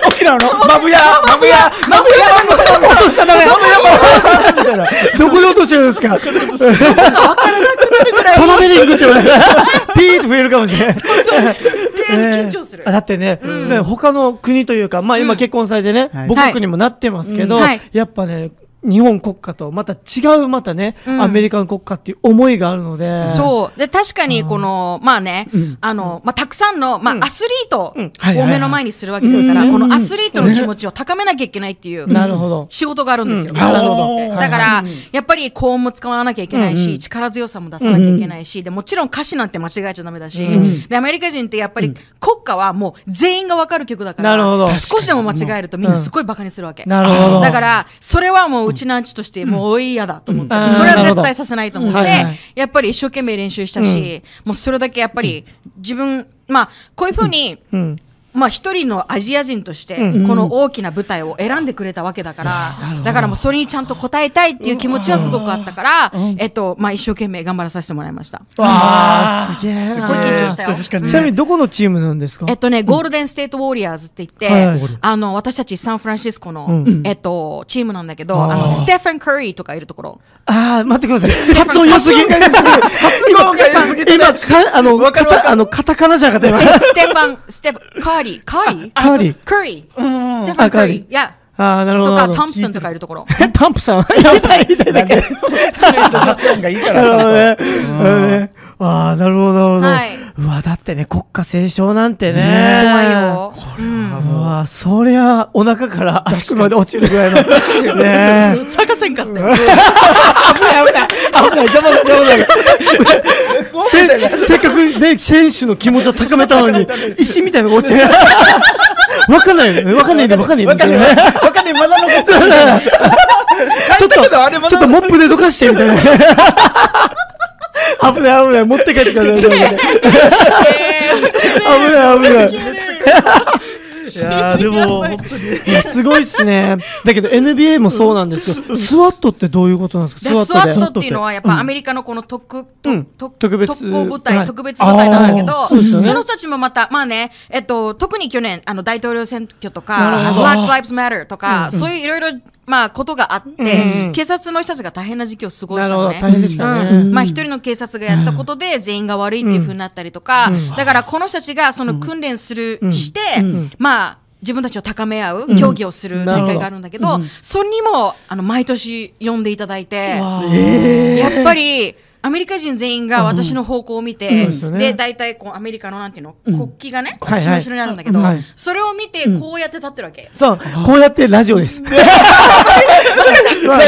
S2: 沖縄のマブヤマブヤマブヤマブヤ落としただねみたいな
S1: どこで落としてるんですかトラベリングって言われピーッと増えるかもしれない。
S3: とりあえず緊張する
S1: えー。だってね、ね他の国というか、まあ今結婚されてね、
S2: はい
S1: 母国にもなってますけど、
S3: はい
S1: やっぱね、日本国家とまた違うまたね、
S3: うん
S1: アメリカの国家っていう思いがあるので、
S3: そう。で、確かに、この、まあね、あの、まあ、たくさんの、まあ、アスリートを
S2: はいはいはい
S3: 目の前にするわけですから、
S2: うん
S3: このアスリートの気持ちを高めなきゃいけないっていう。
S1: なるほど。
S3: 仕事があるんですよ。
S1: うん
S2: なるほど
S3: ってだか
S1: は
S3: ら、やっぱり高音も使わなきゃいけないし、力強さも出さなきゃいけないし、で、もちろん歌詞なんて間違えちゃダメだし、で、アメリカ人ってやっぱり国歌はもう全員がわかる曲だから、
S1: なるほど
S3: 少しでも間違えるとみんなすごいバカにするわけ。
S1: なるほど。
S3: だから、それはもううちのアンチとして、もうおい嫌だと思って、
S1: うんうん
S3: それは絶対させないと思って、
S1: うんはいはい
S3: やっぱり一生懸命練習したし、もうそれだけやっぱり自分、まあ、こういうふうに、
S1: うん、
S3: まあ一人のアジア人として、この大きな舞台を選んでくれたわけだから、だからもうそれにちゃんと応えたいっていう気持ちはすごくあったから、えっと、まあ一生懸命頑張らさせてもらいました。
S1: わー、すげえな。
S3: すごい緊張したよ
S2: 確かにね
S1: ちなみにどこのチームなんですか、
S3: えっとね、ゴールデン・ステート・ウォリアーズって言って、
S1: はい
S3: あの、私たちサンフランシスコの、えっと、チームなんだけど、あの、ステファン・カリーとかいるところ。
S1: ああ、待ってください。発音良すぎ。発音が良すぎ。今、かあの、
S2: わかるわかる
S1: カタあの、カタカナじゃなか った今。
S3: ステファン、ステファン、カーリー、カーリー
S1: カーリー。
S3: カーリー。ステファ
S1: あカ
S3: ン・カ
S1: ー
S3: ー
S1: リ
S3: リ
S1: ー
S3: ー。いや、
S1: ああ、なるほ
S3: と
S1: ど。な
S3: か、
S1: るほ
S3: ト
S1: ど
S3: ンプソンとかいるところ。
S1: えタンプさんやばいみたいだけど。
S2: 発音がいいか
S1: な
S2: ら
S1: る
S2: ち
S1: ほ
S2: ゃん
S1: ど
S2: と
S1: ね。うんねああ、なるほど、なるほど。
S3: はいう
S1: わ、だってね、国家斉唱なんてね。
S3: 怖いよ。うん
S1: うわ、そりゃ、お腹から足首まで落ちるぐらいの。ねえ。
S3: 探せんかった
S1: 危な
S3: よ。
S1: い、危ない。危ない、邪魔だ、邪魔だ。せせっかくね、選手の気持ちを高めたのに、石みたいなのが落ちて。わかんないよね。わかんないね。わかんないね。
S2: わかんないわかんないまだ残ってる
S1: ちょっと、
S2: だけ
S1: ち
S2: どあれ
S1: ょ
S2: まだ
S1: っとモップでどかしてみたいな。危ない危ない、持って帰ってください。危ない危ない。
S2: いやーでも本当 に
S1: いや、すごいっすね。だけど NBA も そうなんですけど、スワットってどういうことなんです
S3: で
S1: か
S3: スワットっていうの
S1: は
S3: はやっぱアメリカのこの特、
S1: うん
S3: 特
S1: 特別
S3: 特攻部
S1: は
S3: 隊、
S1: い
S3: 特別部隊なん
S1: あ
S3: だけ
S1: ー
S3: ど、
S1: そうですよね
S3: その人たちもまた、まあね、えっと、特に去年、あの、大統領選挙と
S1: な
S3: か、
S1: るほど
S3: Black Lives Matter とか、そういういろいろ、まあ、ことがあって、
S1: うんうん
S3: 警察の人たちが大変な時期を過ごし
S1: な
S3: た
S1: る
S3: の
S1: ほど、
S3: ね。
S1: 大変でしたね。
S3: まあ一人の警察がやったことで全員が悪いっていう風になったりとか、だからこの人たちがその訓練する、して、まあ自分たちを高め合う、競技をする大会があるんだけど、それにもあの毎年呼んでいただいて、
S1: わあ
S3: やっぱり。アメリカ人全員が私の方向を見
S1: そう
S3: て、
S1: ですよね
S3: で、大体こう、アメリカのなんていうの、国旗がね、
S1: はいはい
S3: 私の後ろにあるんだけど、
S1: はい
S3: それを見て、こうやって立ってるわけ。
S1: そう、こうやってラジオです。
S2: ラ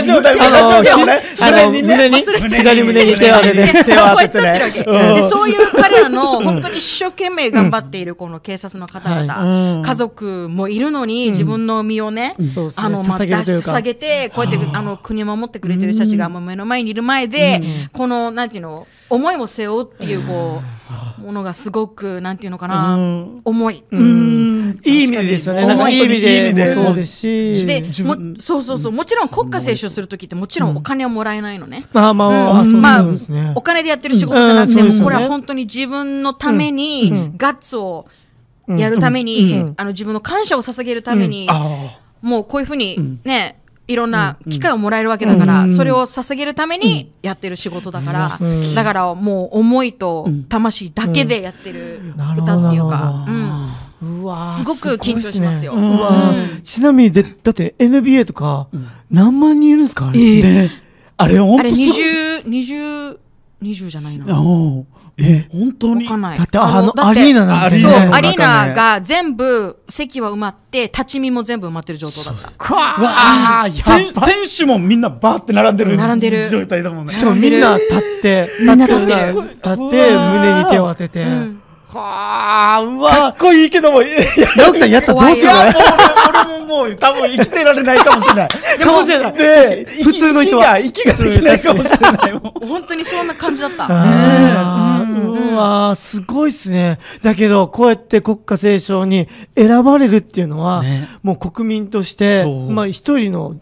S2: ジオだよ
S1: あの
S2: ラジオだよね
S1: ひあの胸に、左胸に 手を当てて。
S2: 手を当てて
S3: こう
S2: ね
S3: やって立ってるわけでそういう彼らの本当に一生懸命頑張っているこの警察の方々、家族もいるのに自分の身をね、
S1: そうですね
S3: あの、まあ、
S1: 捧
S3: 出
S1: げると
S3: し
S1: いうか
S3: 下げて、こうやってあの国を守ってくれてる人たちがもう目の前にいる前で、この、なんていうの、思いを背負うっていう、こう、ものがすごく、なんていうのかな、重
S1: いい
S3: い。
S1: 意味でですよね。なんかいい意味でもそうですし。
S3: で
S2: 自
S3: も
S2: 分
S3: そうそうそう、もちろん国家斉唱するときって、もちろんお金はもらえないのね。
S1: まあまあまあまあ、
S3: うんまあ
S1: そうですね
S3: お。金でやってる仕事じゃなく
S1: うん
S3: て、
S1: うんそうです
S3: もう
S1: よね
S3: これは本当に自分のために、ガッツをやるために、あの自分の感謝を捧げるために、
S2: あ
S3: もうこういうふうにね、いろんな機会をもらえるわけだから、それを捧げるためにやってる仕事だから、だからもう思いと魂だけでやってる歌っていうか、うん
S1: うわー
S3: すごく緊張しますよ
S1: ごいっねうわーちなみにで、だって NBA とか、何万人いるんですかあれ。
S2: で、あれ本
S3: あれ
S2: 当すごい。
S3: 20、20、20じゃないな。
S2: あ
S3: わ
S2: うんえ、本当に。
S3: かんない。
S1: だってあの
S3: だって
S1: アリーナなん
S2: てね
S3: そう、
S2: アリーナの中
S3: ア
S2: ね
S3: リーナが全部、席は埋まって、立ち見も全部埋まってる状況だった。
S1: うわ
S2: わあ、
S1: ー
S2: 選選手もみんなバーって並んでる
S3: 並んでる
S2: 状態だもんね
S1: し。かもみんな立って、
S3: みんな立ってる
S1: 立って、胸に手を当てて。
S3: うん
S2: はあ、うわ。かっこいいけども、いや、い
S1: ラオキさんやったらどうする
S2: やもう俺ももう多分生きてられないかもしれない。
S1: かもしれない。
S2: で、
S1: 普通の人は。
S2: 息が息ができないかもしれないもん。
S3: 本当にそんな感じだった。
S1: あーうわーすごいっすね。だけど、こうやって国家斉唱に選ばれるっていうのは、
S2: ね
S1: もう国民として、
S2: そう
S1: まあ一人の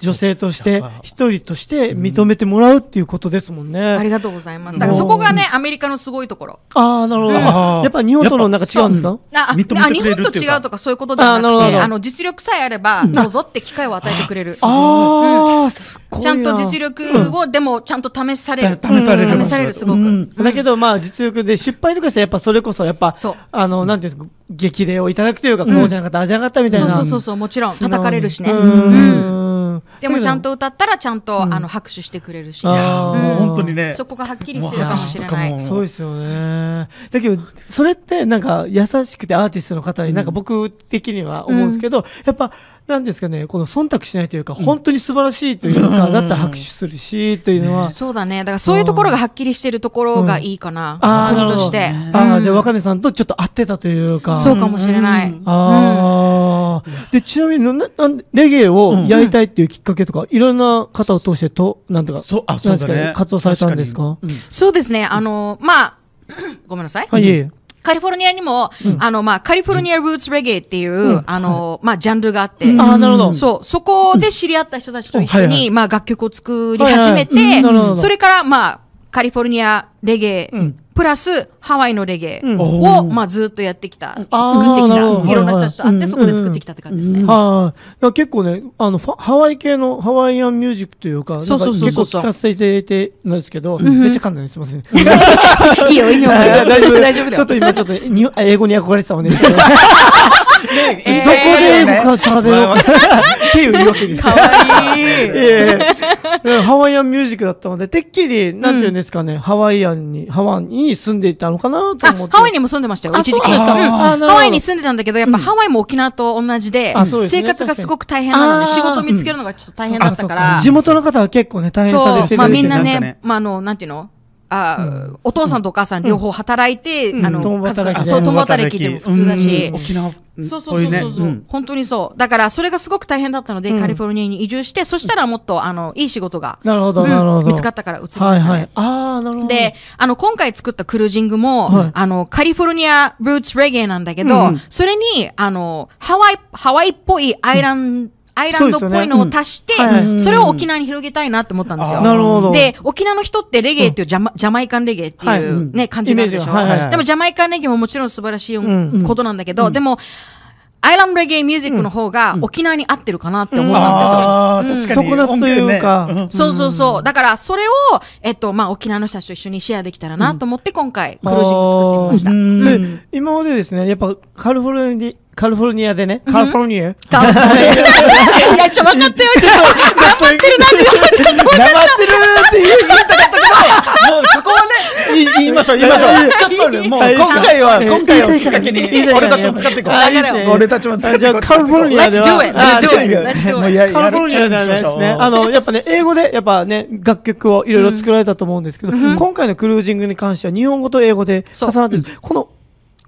S1: 女性として
S2: やっぱ、
S1: 一人として認めてもらうっていうことですもんね。
S3: ありがとうございます。だからそこがね、アメリカのすごいところ。
S1: ああ、なるほど。
S3: うん
S1: やっぱ日本とのなんか違うんですか
S3: ああ
S2: 認めてくれるっていうか
S3: あ日本と違うとかそういうことではな
S1: あなる
S3: く
S1: ほどな
S3: て
S1: るほど
S3: あの実力さえあればどうぞって機会を与えてくれる
S1: ああ、すごいな。
S3: ちゃんと実力をでもちゃんと試される
S2: 試される
S3: 試されるすご
S2: う
S3: く
S2: ん
S1: だけど、まあ、実力で失敗とかしたら、やっぱそれこそ、やっぱ
S3: そう、
S1: あの、なんていうんですか、激励をいただくというか、こうじゃなかった、ああじゃなかったみたい
S3: そう
S1: な。
S3: そうそうそうもちろん
S1: 素直に
S3: 叩かれるしね
S1: う
S3: うん
S1: ん
S3: でもちゃんと歌ったらちゃんとあの拍手してくれるし
S1: あー
S2: あーもう本当にね。
S3: そこがはっきりしてるかもしれな
S2: もう
S3: い
S1: そうですよね。だけど、それってなんか優しくてアーティストの方に、なんか僕的には思うんですけど、やっぱ、なんですかね、この忖度しないというか、本当に素晴らしいというか、だったら拍手するし、というのは。
S3: そうだねだからそういうところがはっきりしてるところがいいかな
S1: ああ、な
S3: 国
S1: るほ
S3: と
S1: ど。
S3: して
S1: ああ、じゃあ若根さんとちょっと合ってたというか。
S3: そうかもしれない
S1: ああ、で、ちなみにな、なんレゲエをやりたいっていうきっかけとか、いろんな方を通してと、なんとか、
S2: そうあ
S1: なんです
S2: そうだね
S1: か活動されたんですか
S2: 確かにうん
S3: そうですねあのまあ ごめんなさい
S1: はい、いえいえ
S3: カリフォルニアにも、あの、まあ、カリフォルニアルーツレゲエっていう、あの、まあ、ジャンルがあって、
S1: ああ、なるほど。
S3: そう、そこで知り合った人たちと一緒に、
S2: うんはい
S3: まあ、楽曲を作り始めて、
S1: はいはいうんなるほど
S3: それから、まあ、カリフォルニアレゲエ、
S1: うん
S3: プラスハワイのレゲエ
S1: うん
S3: を、まあ、ずっとやってきた、作
S1: あー
S3: ってき
S1: な
S3: た、
S1: るほど
S3: いろんな人たちと会って、
S1: はいはい
S3: そこで作ってきたって感じですね。
S1: はい、あ、結構ね、あのファハワイ系のハワイアンミュージックというか、
S3: そうそうそ
S1: な
S3: うそう
S1: んか結構聞かせていただいてなんですけど、めっちゃ簡単にすみません。
S3: いいよ、いいよ。
S1: はいはい大丈夫
S3: 大丈夫だ
S1: ちょっ
S3: よ。
S1: と今ちょっとに英語に憧れてたもんね。どこで
S3: えー
S1: 英語か喋ろうかっていう言い訳です。
S3: かわ いい。
S1: ええうんハワイアンミュージックだったので、てっきり、なんていうんですかね、ハワイアンに、ハワイに住んでいたのかなと
S3: あ
S1: 思って。
S3: ハワイにも住んでましたよ、
S1: あ
S3: 一時
S1: そ
S3: 期。
S1: うなんですか
S3: うん
S1: あなるほど
S3: ハワイに住んでたんだけど、やっぱハワイも沖縄と同じで
S1: あそう、ですね
S3: 生活がすごく大変なので、
S1: 確
S3: 仕
S1: かに
S3: 事見つけるのがちょっと大変だったから、
S1: 地元の方は結構ね、大変されて
S3: そ
S1: る
S3: う、まあ
S1: ってい
S3: み
S1: うん
S3: な
S2: なんか
S3: ね
S2: ね、
S3: まああの、なんていうのあーお父さんとお母さん両方働いて、
S1: うん
S3: あの、
S1: 共働きで
S3: 家族そう、共働きでも普通だし
S2: うん、沖縄っ
S3: そうそ
S2: ぽ
S3: う
S2: い
S3: そう
S2: ね
S3: そうそう、
S2: ん
S3: 本当にそう。だから、それがすごく大変だったので、カリフォルニアに移住して、そしたらもっと、あの、いい仕事が、
S1: なるほど、
S3: うん
S1: なるほど。
S3: 見つかったから移りましたね
S1: はいはい。ああ、なるほど。
S3: で、あの、今回作ったクルージングも、
S1: はい
S3: あの、カリフォルニアルーツレゲエなんだけど、それに、あの、ハワイ、ハワイっぽいアイラン、アイランドっぽいのを足して、
S1: そうですよねうんはいはい
S3: それを沖縄に広げたいなって思ったんですよ。
S1: なるほど。
S3: で、沖縄の人ってレゲエっていうジャマ,、ジャマイカンレゲエって
S1: はいいう
S3: ね、
S1: ん
S3: 感じなんでしょ、
S1: イメージがはいはいはい
S3: でもジャマイカンレゲエももちろん素晴らしい、
S1: ん
S3: ことなんだけど、でも、アイランドレゲエミュージックの方が沖縄に合ってるかなって思ったんですよ。
S2: あー確かに。
S1: 常夏というか
S2: 音楽ね
S3: そうそうそう。だから、それを、えっと、まあ、沖縄の人たちと一緒にシェアできたらなと思って、今回、クルージングを作ってみまし
S1: う
S3: た。
S1: んで今までですね、やっぱカリフォルニア、カリフォルニアでね、カリフォルニア。
S3: 頑 張って。いや、ちょ、分かったよ。ちょっと、頑張ってるなって。
S2: うん黙ってるって言いたかったけど、もうそこはね、い言いましょう、言いましょう。ちょっとねもう
S1: はい
S2: 今回は、
S1: はい
S2: 今回をきっかけに
S1: いいね、
S2: 俺たちも使っていこ
S1: あいいですね
S2: う。俺たちも使っていこう。
S1: じゃあカリフォルニア
S3: Let's
S1: で
S3: do
S1: は
S3: it!
S1: あ
S3: Let's do
S1: いい
S3: it!
S1: ね
S3: Let's
S2: も
S3: do
S2: う
S3: it!
S2: や
S1: カリフォルニアではないですね。あの、やっぱね、英語で、やっぱね、楽曲をいろいろ作られたと思うんですけど、今回のクルージングに関しては、日本語と英語で重なってる、この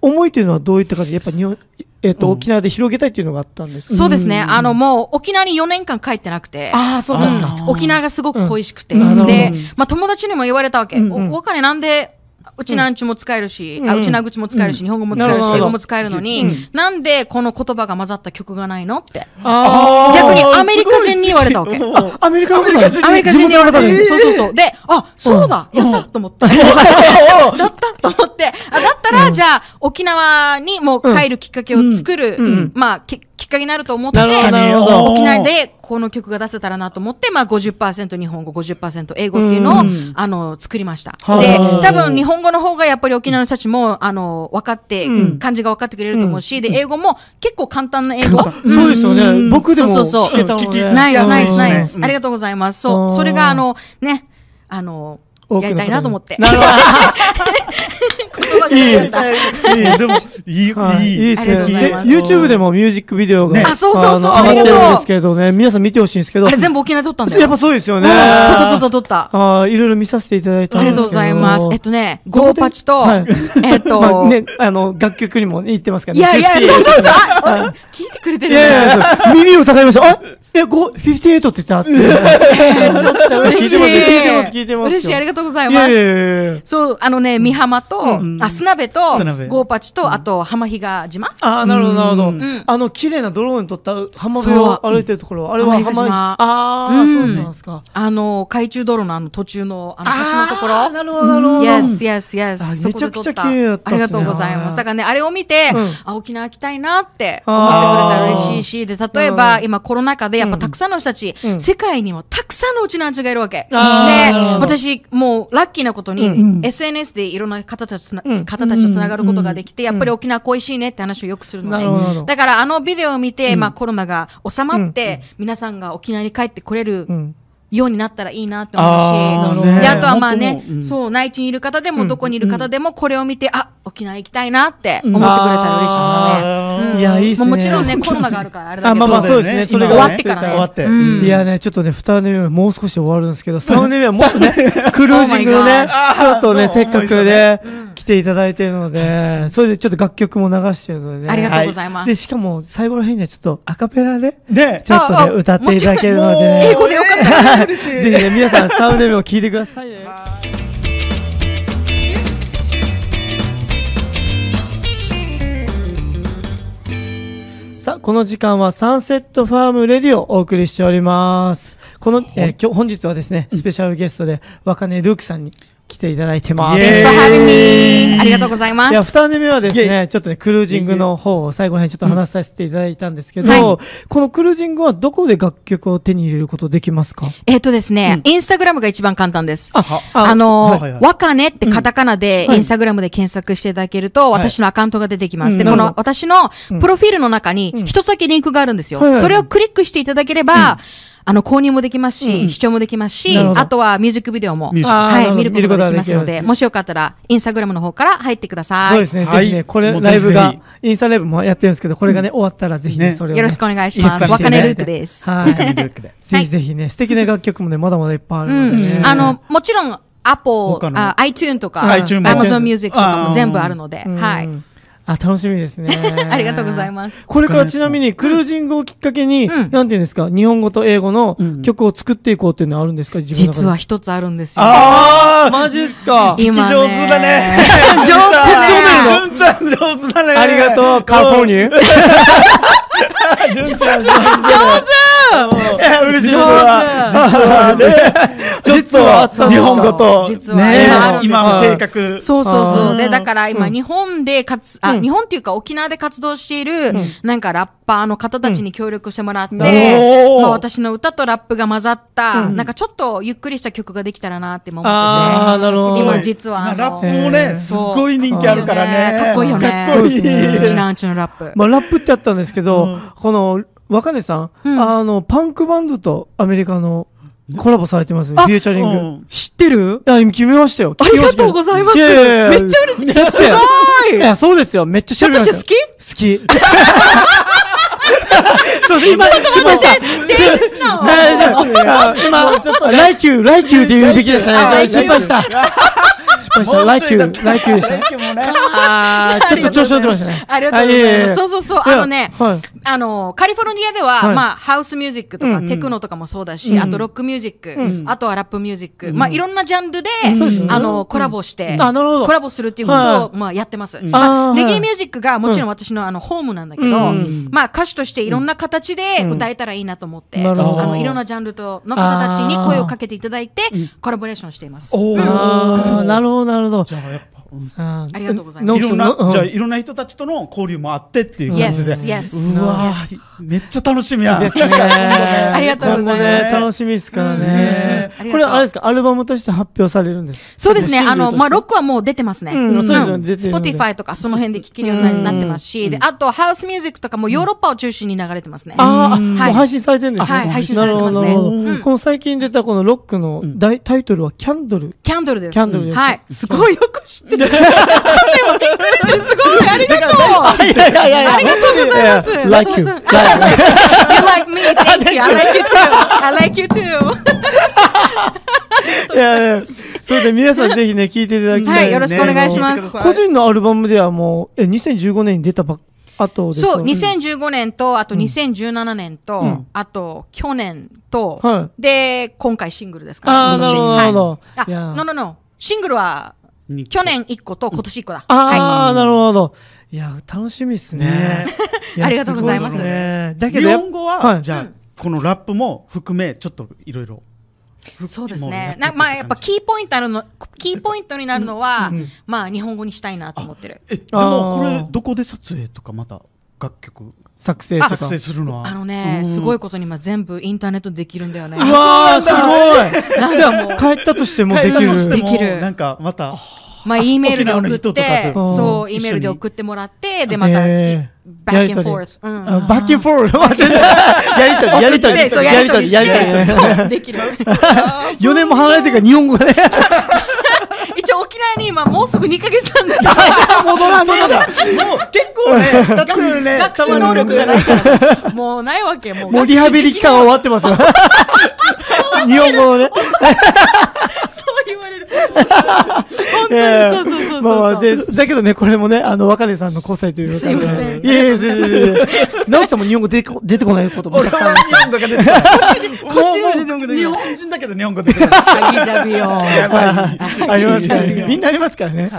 S1: 思いというのはどういった感じで、やっぱ日本、えっと、沖縄で広げたいっていうのがあったんですか
S3: そうですね。あの、もう、沖縄に4年間帰ってなくて。
S1: ああ、そうなんですか。
S3: 沖縄がすごく恋しくて、
S1: うんなるほど
S3: で、まあ、友達にも言われたわけ、
S1: うん
S3: おお金なんでうちなんちも使えるし、あ
S1: うん
S3: うちな口も使えるし、日本語も使え
S1: な
S3: る
S1: る
S3: し
S1: ほど
S3: 英語も使えるのに、なんでこの言葉が混ざった曲がないのって
S1: あー
S3: 逆にアメリカ人に言われたわけ
S2: すごい
S1: あアメリカの方
S3: アメリカ人に言われたのに、そうそうそう。で、あ、そうだ、 やさと思って。だ ったと思って。あ、だったら、じゃあ、沖縄にもう帰るきっかけを作る、まあ、ききっかけになると思って、
S1: なるほどなるほど
S3: 沖縄でこの曲が出せたらなと思って、まあ50%日本語、50%英語っていうのを、
S2: うん
S3: あの、作りました。
S1: はい
S3: で、多分日本語の方がやっぱり沖縄の人たちも、あの、分かって、漢字が分かってくれると思うし、で、英語も結構簡単な英語。
S1: そうですよ
S2: う
S1: ね。
S2: ん
S1: 僕でも
S3: そうそ
S1: 聞
S3: うそう
S1: けたの
S2: 聞き
S1: ね。
S3: ナイス、ナイス、ナイ
S2: う
S3: ス。
S2: ん
S3: ありがとうございます。
S1: あ
S3: そ
S1: ー
S3: う。それが、あの、ね、あの、
S1: 多くの方に
S3: やりたいなと思って。
S1: なるほ
S3: 言葉が
S1: ど。いい。
S3: 出
S1: い
S3: てこない
S2: いいでもいい、
S1: はいい
S2: い
S1: で
S2: い
S1: すね。
S3: ありがとうござい
S1: で
S3: ます
S1: YouTube でもミュージックビデオ
S2: ね
S1: が。
S3: あそうそうそう
S1: あの上がってるんですけどね。皆さん見てほしいんですけど。
S3: あれ全部沖縄で撮ったんだよ。
S1: やっぱそうですよ
S3: う
S1: ね。
S3: ん撮った撮った撮った。
S1: ああ、いろいろ見させていただいた
S3: あ
S1: ん
S3: り
S1: ですけど。
S3: がとうございます。えっとね、
S1: ど
S3: ゴ
S1: こ
S3: ー
S1: で
S3: パチと
S1: はい、
S3: えっ と、
S1: まあね、あの、楽曲にも行ってますから
S3: いやいや、
S1: 58
S3: そうそうそう、あお聞いてくれて
S1: い
S3: るね
S1: やいやそう、耳を疑いました。あえ、ご、58って言ったって。
S3: ちょっと嬉し
S1: 聞いて
S3: い。
S1: ます聞いてます聞いてますよ
S3: 嬉しい、ありがとうござい
S1: いや
S3: ま
S1: い
S3: す。
S1: やいやいや。
S3: そう、あのね、美浜と、あ、砂辺と
S2: 砂辺、
S3: ゴーパチと、あと、浜比嘉島
S1: ああ、なるほど、なるほど。
S3: ん
S1: あの、綺麗なドローン撮った浜辺
S3: そう
S1: を歩いてるところ、あれは浜
S3: 浜比嘉
S1: 辺。
S3: 島
S1: ああ
S3: う
S1: ー、
S3: ん
S1: そうなんですか。
S3: あの、海中道路のあの途中の、あの、橋のとこ
S1: あ
S3: ろ
S1: ー。なるほど、なるほど。
S3: Yes, yes, yes.
S1: あ
S3: そこで撮
S1: めちゃくちゃ綺麗だったっすね
S3: ありがとうございます。だからね、あれを見て、
S1: うん
S3: あ、沖縄行きたいなって思ってくれたら嬉しいし、で、例え
S1: う
S3: ば、
S1: ん
S3: 今コロナ禍で、やっぱたくさんの人たち、
S1: うん
S3: 世界にはたくさんのうちなんちがいるわけ。で、
S1: あーなるほど
S3: 私、もうラッキーなことに、
S1: う
S3: SNS でいろんな方たちとつな、
S1: うん
S3: 方たちとつながることができて、やっぱり沖縄恋しいねって話をよくするの
S1: なるほどなるほ
S3: ね
S1: ど。
S3: だから、あのビデオを見て、まあコロナが収まって、皆さんが沖縄に帰ってこれる
S1: うん。
S3: ようになったらいいなって思うし、
S2: あ
S1: ーね
S3: であとはまあ
S2: 本、当
S3: ね
S2: もううん
S3: そう内地にいる方でもどこにいる方でもこれを見て、あ沖縄行きたいなって思ってくれたら嬉しいですね。
S1: あー
S3: うん
S1: いやいいっすね
S3: もうもちろんねコロナがあるからあれだけど、
S1: あまあまあ
S3: そ
S1: そううですね
S2: そ
S1: そうれ
S2: だ
S1: が
S2: よ
S3: 終わ
S2: ね
S3: ってからね。
S2: 終わって
S3: うん
S1: いやね、ちょっとね、二目目もう少しで終わるんですけど、三目目はもっと ね、クルージング
S3: Oh
S1: ね
S3: my god、
S1: ちょっとね、
S2: そ
S1: せ
S2: う
S1: っかくね、来ていただいてるので、それでちょっと楽曲も流してるのでね。
S3: ありがとうございます。
S1: で、しかも、最後の辺にはちょっとアカペラで、
S2: ね
S1: ちょっと
S3: ああ
S1: ね、歌っていただける
S2: も
S1: ので
S2: う
S1: ね
S3: 英。語でよかったら
S2: 嬉しい
S1: ぜひね、皆さん、サウネ目を聞いてくださいね。さあ、この時間はサンセットファームレディをお送りしております。この、えー、今日、本日はですね、スペシャルゲストで、若根ルークさんに来ていただいてます。
S2: イエー
S3: Thanks
S2: イ
S3: for
S2: イ
S3: having me ありがとうございま
S1: いや、
S3: す。
S1: 二人目はです
S2: イェ
S1: ね、ちょっとね、クルージングの方を最後の辺ちょっと話させていただいたんですけど、
S3: はい
S1: このクルージングはどこで楽曲を手に入れることできますか
S3: えっ、とですね、インスタグラムが一番簡単です。
S1: あ
S3: あの、
S2: はいはいはい
S3: わかねってカタカナで、
S1: はい
S3: インスタグラムで検索していただけると、
S2: はい
S3: 私のアカウントが出てきます。で、
S1: うんな
S3: こ
S1: る
S3: の
S1: ほ
S3: 私のプロフィールの中に、一つだけリンクがあるんですよ、
S1: はいはい
S3: それをクリックしていただければ、あの、購入もできますし、視聴もできますし、
S1: なるほど
S3: あとはミュージックビデオも、
S2: ミュージッ
S1: あ
S2: ク
S1: ー
S3: は、
S1: ないるほど
S3: 見ることができます
S1: 見
S3: の
S1: ることができ
S3: で、
S1: る
S3: もしよかったら、インスタグラムの方から入ってください。
S1: そうですね、
S2: はい
S1: ぜひね、これ、
S2: もう
S1: ライブ
S2: ぜ
S1: が
S2: ひ、
S1: インスタライブもやってるんですけど、これがね、終わったらぜひね、
S2: ね
S1: それをね、
S3: よろしくお願いします。
S1: インスタ
S3: わ
S1: に
S3: か
S1: ね
S3: ねルークです。
S1: は
S2: 中身
S1: い。
S2: ルークで
S1: ぜひぜひね、素敵な楽曲もね、まだまだいっぱいある
S3: う
S1: のでね。
S3: ん。あの、もちろん、Apple
S2: 他、の
S3: あ iTunes とか、
S2: iTunes も
S3: Amazon Music とかも全部あるので、
S1: うん
S3: はい。。。
S1: あ、楽しみですね
S3: ありがとうございます。
S1: これからちなみに、クルージングをきっかけに、
S3: うん
S1: なんていうんですか、日本語と英語の
S2: うん
S1: 曲を作っていこうっていうのはあるんですか、自分の中で
S3: 実は一つあるんですよ。
S2: あー
S1: マジっすか。
S2: 聞き
S3: 今ね
S2: 上手だね
S3: 上手だね
S2: 純ちゃん上手だね
S1: ありがとう、カリフォルニュー。
S2: うん純ちゃん上手上手嬉しいそれは
S3: 上
S2: 実はねちょっ
S1: 実はあったん
S2: と
S1: です
S2: 日
S1: か
S2: 本語と
S3: 実は
S2: ね
S1: 今あるんですよ
S2: 今計画
S3: そうそう
S1: あ
S3: そ
S1: ー
S3: う。で、だから今、日本でかつ、あ、
S1: うん
S3: 日本っていうか沖縄で活動している、なんかラッパーの方たちに協力してもらって、
S1: ん
S3: ま
S1: な
S2: るほど
S3: あ私の歌とラップが混ざった、なんかちょっとゆっくりした曲ができたらなって今思って
S1: あー、なるほど。
S3: 今実はあの
S2: ラップも
S1: えー
S2: ねすっごい人気あるからね
S3: かっこいいよね
S2: かっこい
S1: そう
S2: い
S1: です
S3: て。う
S1: ね
S3: ちなんちのラップ。
S1: まあ、ラップってあったんですけど、
S2: うん
S1: この若根さん、
S3: うん
S1: あのパンクバンドとアメリカのコラボされてますね
S3: あ
S1: フューチャリング、
S2: うん
S3: 知ってる
S1: いや決めましたよ
S3: ありがとうございます。めっちゃ嬉しい。
S1: いや
S3: す
S1: い
S3: ごい
S1: やそうですよめっちゃ調べました
S3: 私好き
S1: き好きそうです今 失敗した
S3: デイジスなの
S1: なな今ちょっとライキューライキューで言うべきでした
S2: ラ
S1: ね
S2: イキ
S1: 失
S2: ュー
S1: 敗した失敗したライキューライキューでした
S2: キューもね
S1: あーちょっと調子乗ってましたね
S3: ありがとうご
S1: あ
S3: ざ
S1: え
S3: い
S1: え
S3: ます。そうそうそう、あのね、
S1: はい
S3: あの、カリフォルニアでは、
S1: はい
S3: まあ、ハウスミュージックとか、
S1: うんうん
S3: テクノとかもそうだし、あとロックミュージック、
S2: ん
S3: あとはラップミュージック、まあ、いろんなジャンルで、
S1: そうですよね
S3: あ
S1: うん
S3: の、コラボして、
S1: あなるほど
S3: コラボするっていうこと
S1: は
S3: を、まあ、やってます。
S1: あ
S3: ま
S1: ー
S3: あ、レゲエミ
S1: は
S3: ュージックがもちろん私のあの、ホームなんだけど、
S1: うん
S3: まあ、歌手としていろんな形で歌えたらいいなと思って、
S1: うんなるほど
S3: あの、いろんなジャンルとの方たちに声をかけていただいて、コラボレーションしています。
S2: おー
S1: あーなるほどなるほど
S2: じゃあやっぱ
S1: あ
S3: ありがとうござい
S1: の
S3: ま
S2: い
S3: す。
S2: ろんな
S1: うん、
S2: じゃあいろんな人たちとの交流もあってっていう感じで。
S3: Yes, yes.
S2: うわーめっちゃ楽しみや。
S1: いいですね。
S3: ありがとうございます
S1: 今後ね、楽しみですからね
S3: うん。うん
S1: これはあれですか、アルバムとして発表されるんです。
S3: そうですね。
S1: シング
S3: あ
S1: ルとし
S3: の、
S1: て
S3: まあ、ロックはもう出てますね。
S1: うんそうですよね出て
S3: ス
S1: るの
S3: ポ
S1: で
S3: ティファイとか、その辺で聴けるようになってますし、で、あと、ハウスミュージックとかもヨーロッパを中心に流れてますね。
S1: ああ、
S3: うん
S1: もう配信されてるんですね。
S3: はい配信されてますね
S1: なるほどなるほど
S3: うん
S1: この最近出たこのロックの大タイトルはキャンドル。
S3: キャンドルです。
S1: キャンドルです
S3: はい。すごいよく知ってる。ちょっと今びっくりして、すごいありがとう
S1: いやいやいやいや
S3: ありがとうござ います
S1: やや like you.
S3: そうそう
S1: Like you.
S3: You like me, thank you. I like you too. I like you too.
S1: いやいやそれで皆さんぜひね、聞いていただきたい、
S3: はい、よろしくお願いしま
S2: 聞いて
S3: す
S2: くだ。
S1: 個人のアルバムではもう、え、2015年に出たばっ、あとですか
S3: そう、2015年と、あと2017年と、
S1: ん
S3: あと去年と、
S1: は
S3: で、今回シングルですから。
S1: ああ、なるほど、なるほど。いや
S3: あ、ノノノ。シングルは、去年1個と今年1個だ。
S1: ああ、
S3: はい
S1: なるほど。いや、楽しみですね
S2: ね。
S1: や
S3: ありがとうございます
S1: ごっねだけ
S2: 日
S1: どやっぱ、
S2: 本語は、
S1: はい
S2: じゃあ、
S3: うん
S2: このラップも含めちょっといろいろ
S3: そうです
S2: もうやって
S3: ね
S2: い。く
S3: なまあやっぱ
S2: 感
S3: キーポイントあるの、キーポイントになるのは、
S1: うんうん
S3: まあ日本語にしたいなと思ってる。
S2: えでもこ
S1: あ
S2: れ
S1: ー
S2: どこで撮影とかまた楽曲
S1: 作成と
S2: 作
S1: か。
S2: 成するのは
S3: あのね、すごいことに今全部インターネットでできるんだよね。
S1: うわあ、す
S3: なん
S1: ごい。
S3: だ
S1: じゃあ、帰ったとしても
S2: で
S1: で
S2: き
S1: き
S2: る
S1: る。
S3: できる
S2: なんかまた
S3: まあ、E メールで
S2: 沖縄の
S3: 送
S2: 人
S3: っ
S2: とか
S3: て、
S1: と
S3: そ
S2: う
S3: う、
S2: ん
S3: E メールで送ってもらって、で、
S1: ー
S3: また、
S1: や
S3: バッ
S1: り
S3: ク
S1: と
S3: アン
S1: り
S3: フォース。うん
S1: あバッキンフォール。待って やりとり、やりと
S3: でそう
S1: り。
S3: やりとりして、
S1: やりとり、 やりと
S3: そうできる。
S1: り。4年も離れてるから、日本語がね。
S3: 一応、沖縄に今、もうすぐ2ヶ月なんだ け
S1: 戻ら
S2: そうだもう結構ね2つね
S3: ど、学習能力がないからさ、もうないわけ、もう。
S1: もうリハビリ期間は終わって ますよ。日本語のね。
S3: そう言 われると。本当に、そうそうそうそうそう。
S1: まあまあで、だけどね、これもね、あの、若根さんの個性というか。
S3: すいません
S1: いやいや、全然全然。直樹さんも日本語出てこ出てこないことも
S2: 俺
S1: たくさん
S2: は日本語が出てる
S3: こっちまで飲むの
S2: 日
S3: よ。
S2: 本人だけど日本語出てる
S3: シャギジャビよ。
S2: やばい
S1: ありますから
S3: いやい
S1: ね。
S3: や
S1: みんなありますからね。
S3: あ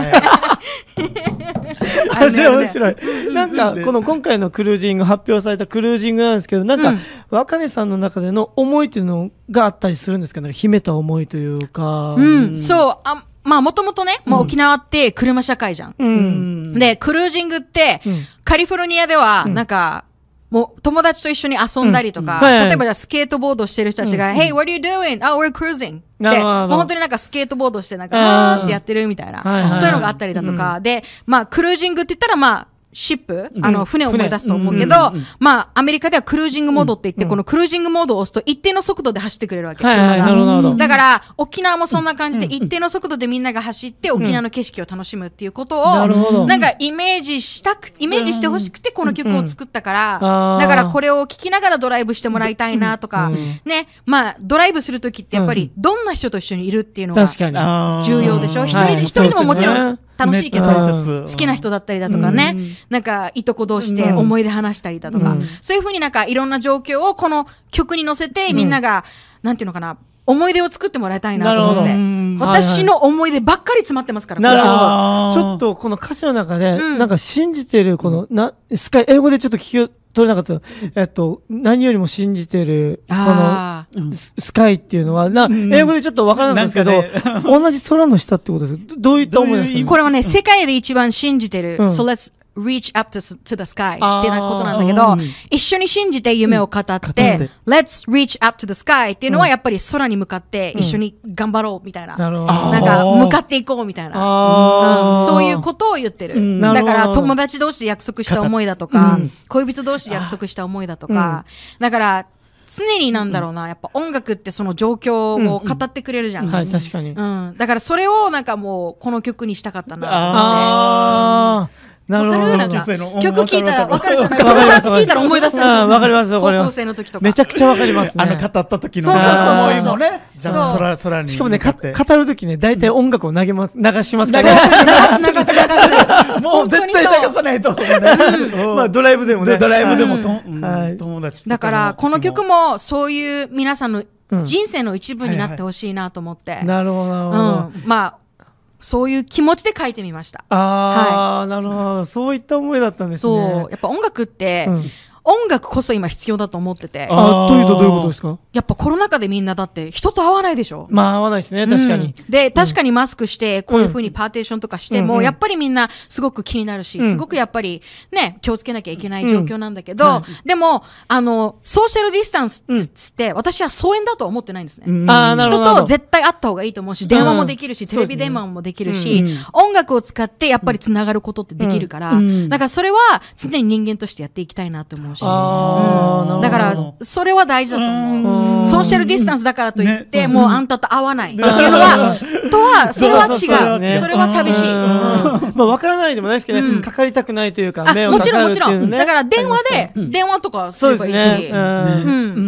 S1: 面
S3: るねあ
S1: 白い
S3: るね
S1: 面白い。なんか、この今回のクルージング、発表されたクルージングなんですけど、なん
S3: う
S1: か
S3: ん、
S1: 若根さんの中での思いというのがあったりするんですかね。秘めた思いというか。
S3: うん、そう、あ、まあ、もともとね、もう沖縄って車社会じゃん。
S1: うん。
S3: で、クルージングって、
S1: うん
S3: カリフォルニアでは、なんか、もう友達と一緒に遊んだりとか、
S1: うんはいはい
S3: 例えばじゃあスケートボードしてる人たちが、Hey, what are you doing? Oh, we're cruising. って、
S1: なるほど
S3: もう本当になんかスケートボードしてなんか、
S1: あー
S3: あーってやってるみたいな、
S1: はいはいはい
S3: そういうのがあったりだとか、で、まあ、クルージングって言ったら、まあ、シップ、あの、船を思い出すと思うけど、まあ、アメリカではクルージングモードって言って、このクルージングモードを押すと一定の速度で走ってくれるわけ。
S1: はいはい、
S3: 車が
S1: なるほど、なるほど。
S3: だから、沖縄もそんな感じで、一定の速度でみんなが走って、沖縄の景色を楽しむっていうこと
S1: なるほど
S3: を、なんかイメージしたく、イメージしてほしくて、この曲を作ったから
S1: あー、
S3: だからこれを聴きながらドライブしてもらいたいなとか、ね、まあ、ドライブするときってやっぱり、どんな人と一緒にいるっていうのが
S1: 確かに。
S3: 重要でしょ
S1: あー
S3: 一人
S1: は
S3: で、
S1: い
S3: 一人でももちろ
S1: そうです
S3: ん楽しいけど
S1: めっちゃ大、
S3: 好きな人だったりだとかね、なんかいとこ同士で思い出話したりだとか、
S1: うん
S3: そういうふうになんかいろんな状況をこの曲に乗せてみんなが、なんていうのかな思い出を作ってもらいたいなと思っ
S1: な
S3: て
S1: るほど
S2: うん
S3: 私の思い出ばっかり詰まってますから
S1: なる
S2: あー
S1: ほど。ちょっとこの歌詞の中で、
S3: うん
S1: なんか信じてる、この、な、スカイ、英語でちょっと聞き取れなかった。えっと、何よりも信じてる、この、
S3: あー
S1: ススカイっていうのは、な、
S2: ん
S1: 英語でちょっとわからないんですけど、
S2: なんか
S1: 同じ空の下ってことですどどういった思いなんですか、ね、
S3: これはね、世界で一番信じてる、
S1: うん
S3: So let's reach up to, to the sky
S1: あー
S3: ってなことなんだけど、
S2: うん
S3: 一緒に信じて夢を語って、
S1: て
S3: Let's reach up to the sky っていうのはやっぱり空に向かって一緒に頑張ろうみたいな。
S1: なるほど。
S3: なんか向かっていこうみたいな。
S1: あ
S3: う
S1: ー
S3: んそういうことを言ってる。
S1: んなる
S3: だ
S1: ほど
S3: から友達同士で約束した思いだとか、恋人同士で約束した思いだとか、だから常になんだろうな、やっぱ音楽ってその状況を語ってくれるじゃん。
S1: はい、確かに。
S3: うん、だからそれをなんかもうこの曲にしたかったな
S1: あー、なるほど。
S3: と思って。わかるなん
S2: 女
S3: か
S2: 性の
S3: 曲聴いたらわかるじゃない
S1: わかります
S3: 聴いたら思い出す
S1: うんわかりますわかります
S3: 高校生の時とか。
S1: めちゃくちゃわかりますね。
S2: あの語った時の
S3: そうそうそうそう
S2: 思いもねじゃあ
S3: そう
S2: 空空に
S1: しかもね、
S2: 向
S1: か
S2: って
S1: 語るときね、大体音楽を投げます、流しますか
S3: 流
S1: ら。
S3: す流す流す流す。
S2: もう
S3: 本当
S2: 絶
S3: に
S2: 対
S3: そう
S2: 流さないと思うね。
S1: まあ、ドライブでもね。
S2: でドライブでも
S1: はい
S2: と、うん
S1: はい
S2: 友達と
S3: だから、この曲
S2: も
S3: も、そういう皆さんの
S1: うん
S3: 人生の一部になってほしいなと思って。
S1: なるほど、なる
S3: う
S1: ほ
S3: ん
S1: ど。。
S3: まあ、そういう気持ちで書いてみました。
S1: ああ、なるほど。そういった思いだったんですね。
S3: そう。やっぱ音楽って
S1: うん、
S3: 音楽こそ今必要だと思ってて
S2: あ
S1: あ、というとどういうことですか
S3: やっぱコロナ禍でみんなだって人と会わないでしょ
S1: まあ合わないですね、確かに。
S3: うんで、確かにマスクして、こういうふうにパーテーションとかしても、やっぱりみんなすごく気になるし、
S1: うん
S3: すごくやっぱりね、気をつけなきゃいけない状況なんだけど、でも、あの、ソーシャルディスタンスっつって、私は疎遠だとは思ってないんですね。
S2: うん
S1: ああ、な
S3: 人
S1: るほど。
S3: と絶対会った方がいいと思うし、電話もできるし、
S1: うん
S3: テレビ電話もできるし、
S2: そうですね
S3: 音楽を使ってやっぱりつながることってできるから、
S2: うんうん
S3: だからそれは常に人間としてやっていきたいなと思うし、
S1: あー
S3: うんだか
S1: なる
S3: らそれは大事だと思う。
S1: うん
S3: ソーシャルディスタンスだからといって、
S2: ね
S3: もうあんたと会わないっていうのは、とは、それは違う。それは寂しい。うん
S1: うんまあ、わからないでもないですけどね、
S3: うん
S1: かかりたくないというか、
S3: あ
S1: 目を
S3: も
S1: か
S3: ちろ
S1: か
S3: ん
S1: る
S3: も
S1: って
S3: ち
S1: い
S3: ろ
S1: うの
S3: ん。
S1: ね。
S3: だから電話で、
S1: うん
S3: 電話とかす
S1: そう
S3: れ
S1: です
S3: ばいい
S1: ね。
S3: し、う
S1: うん
S3: ん
S2: う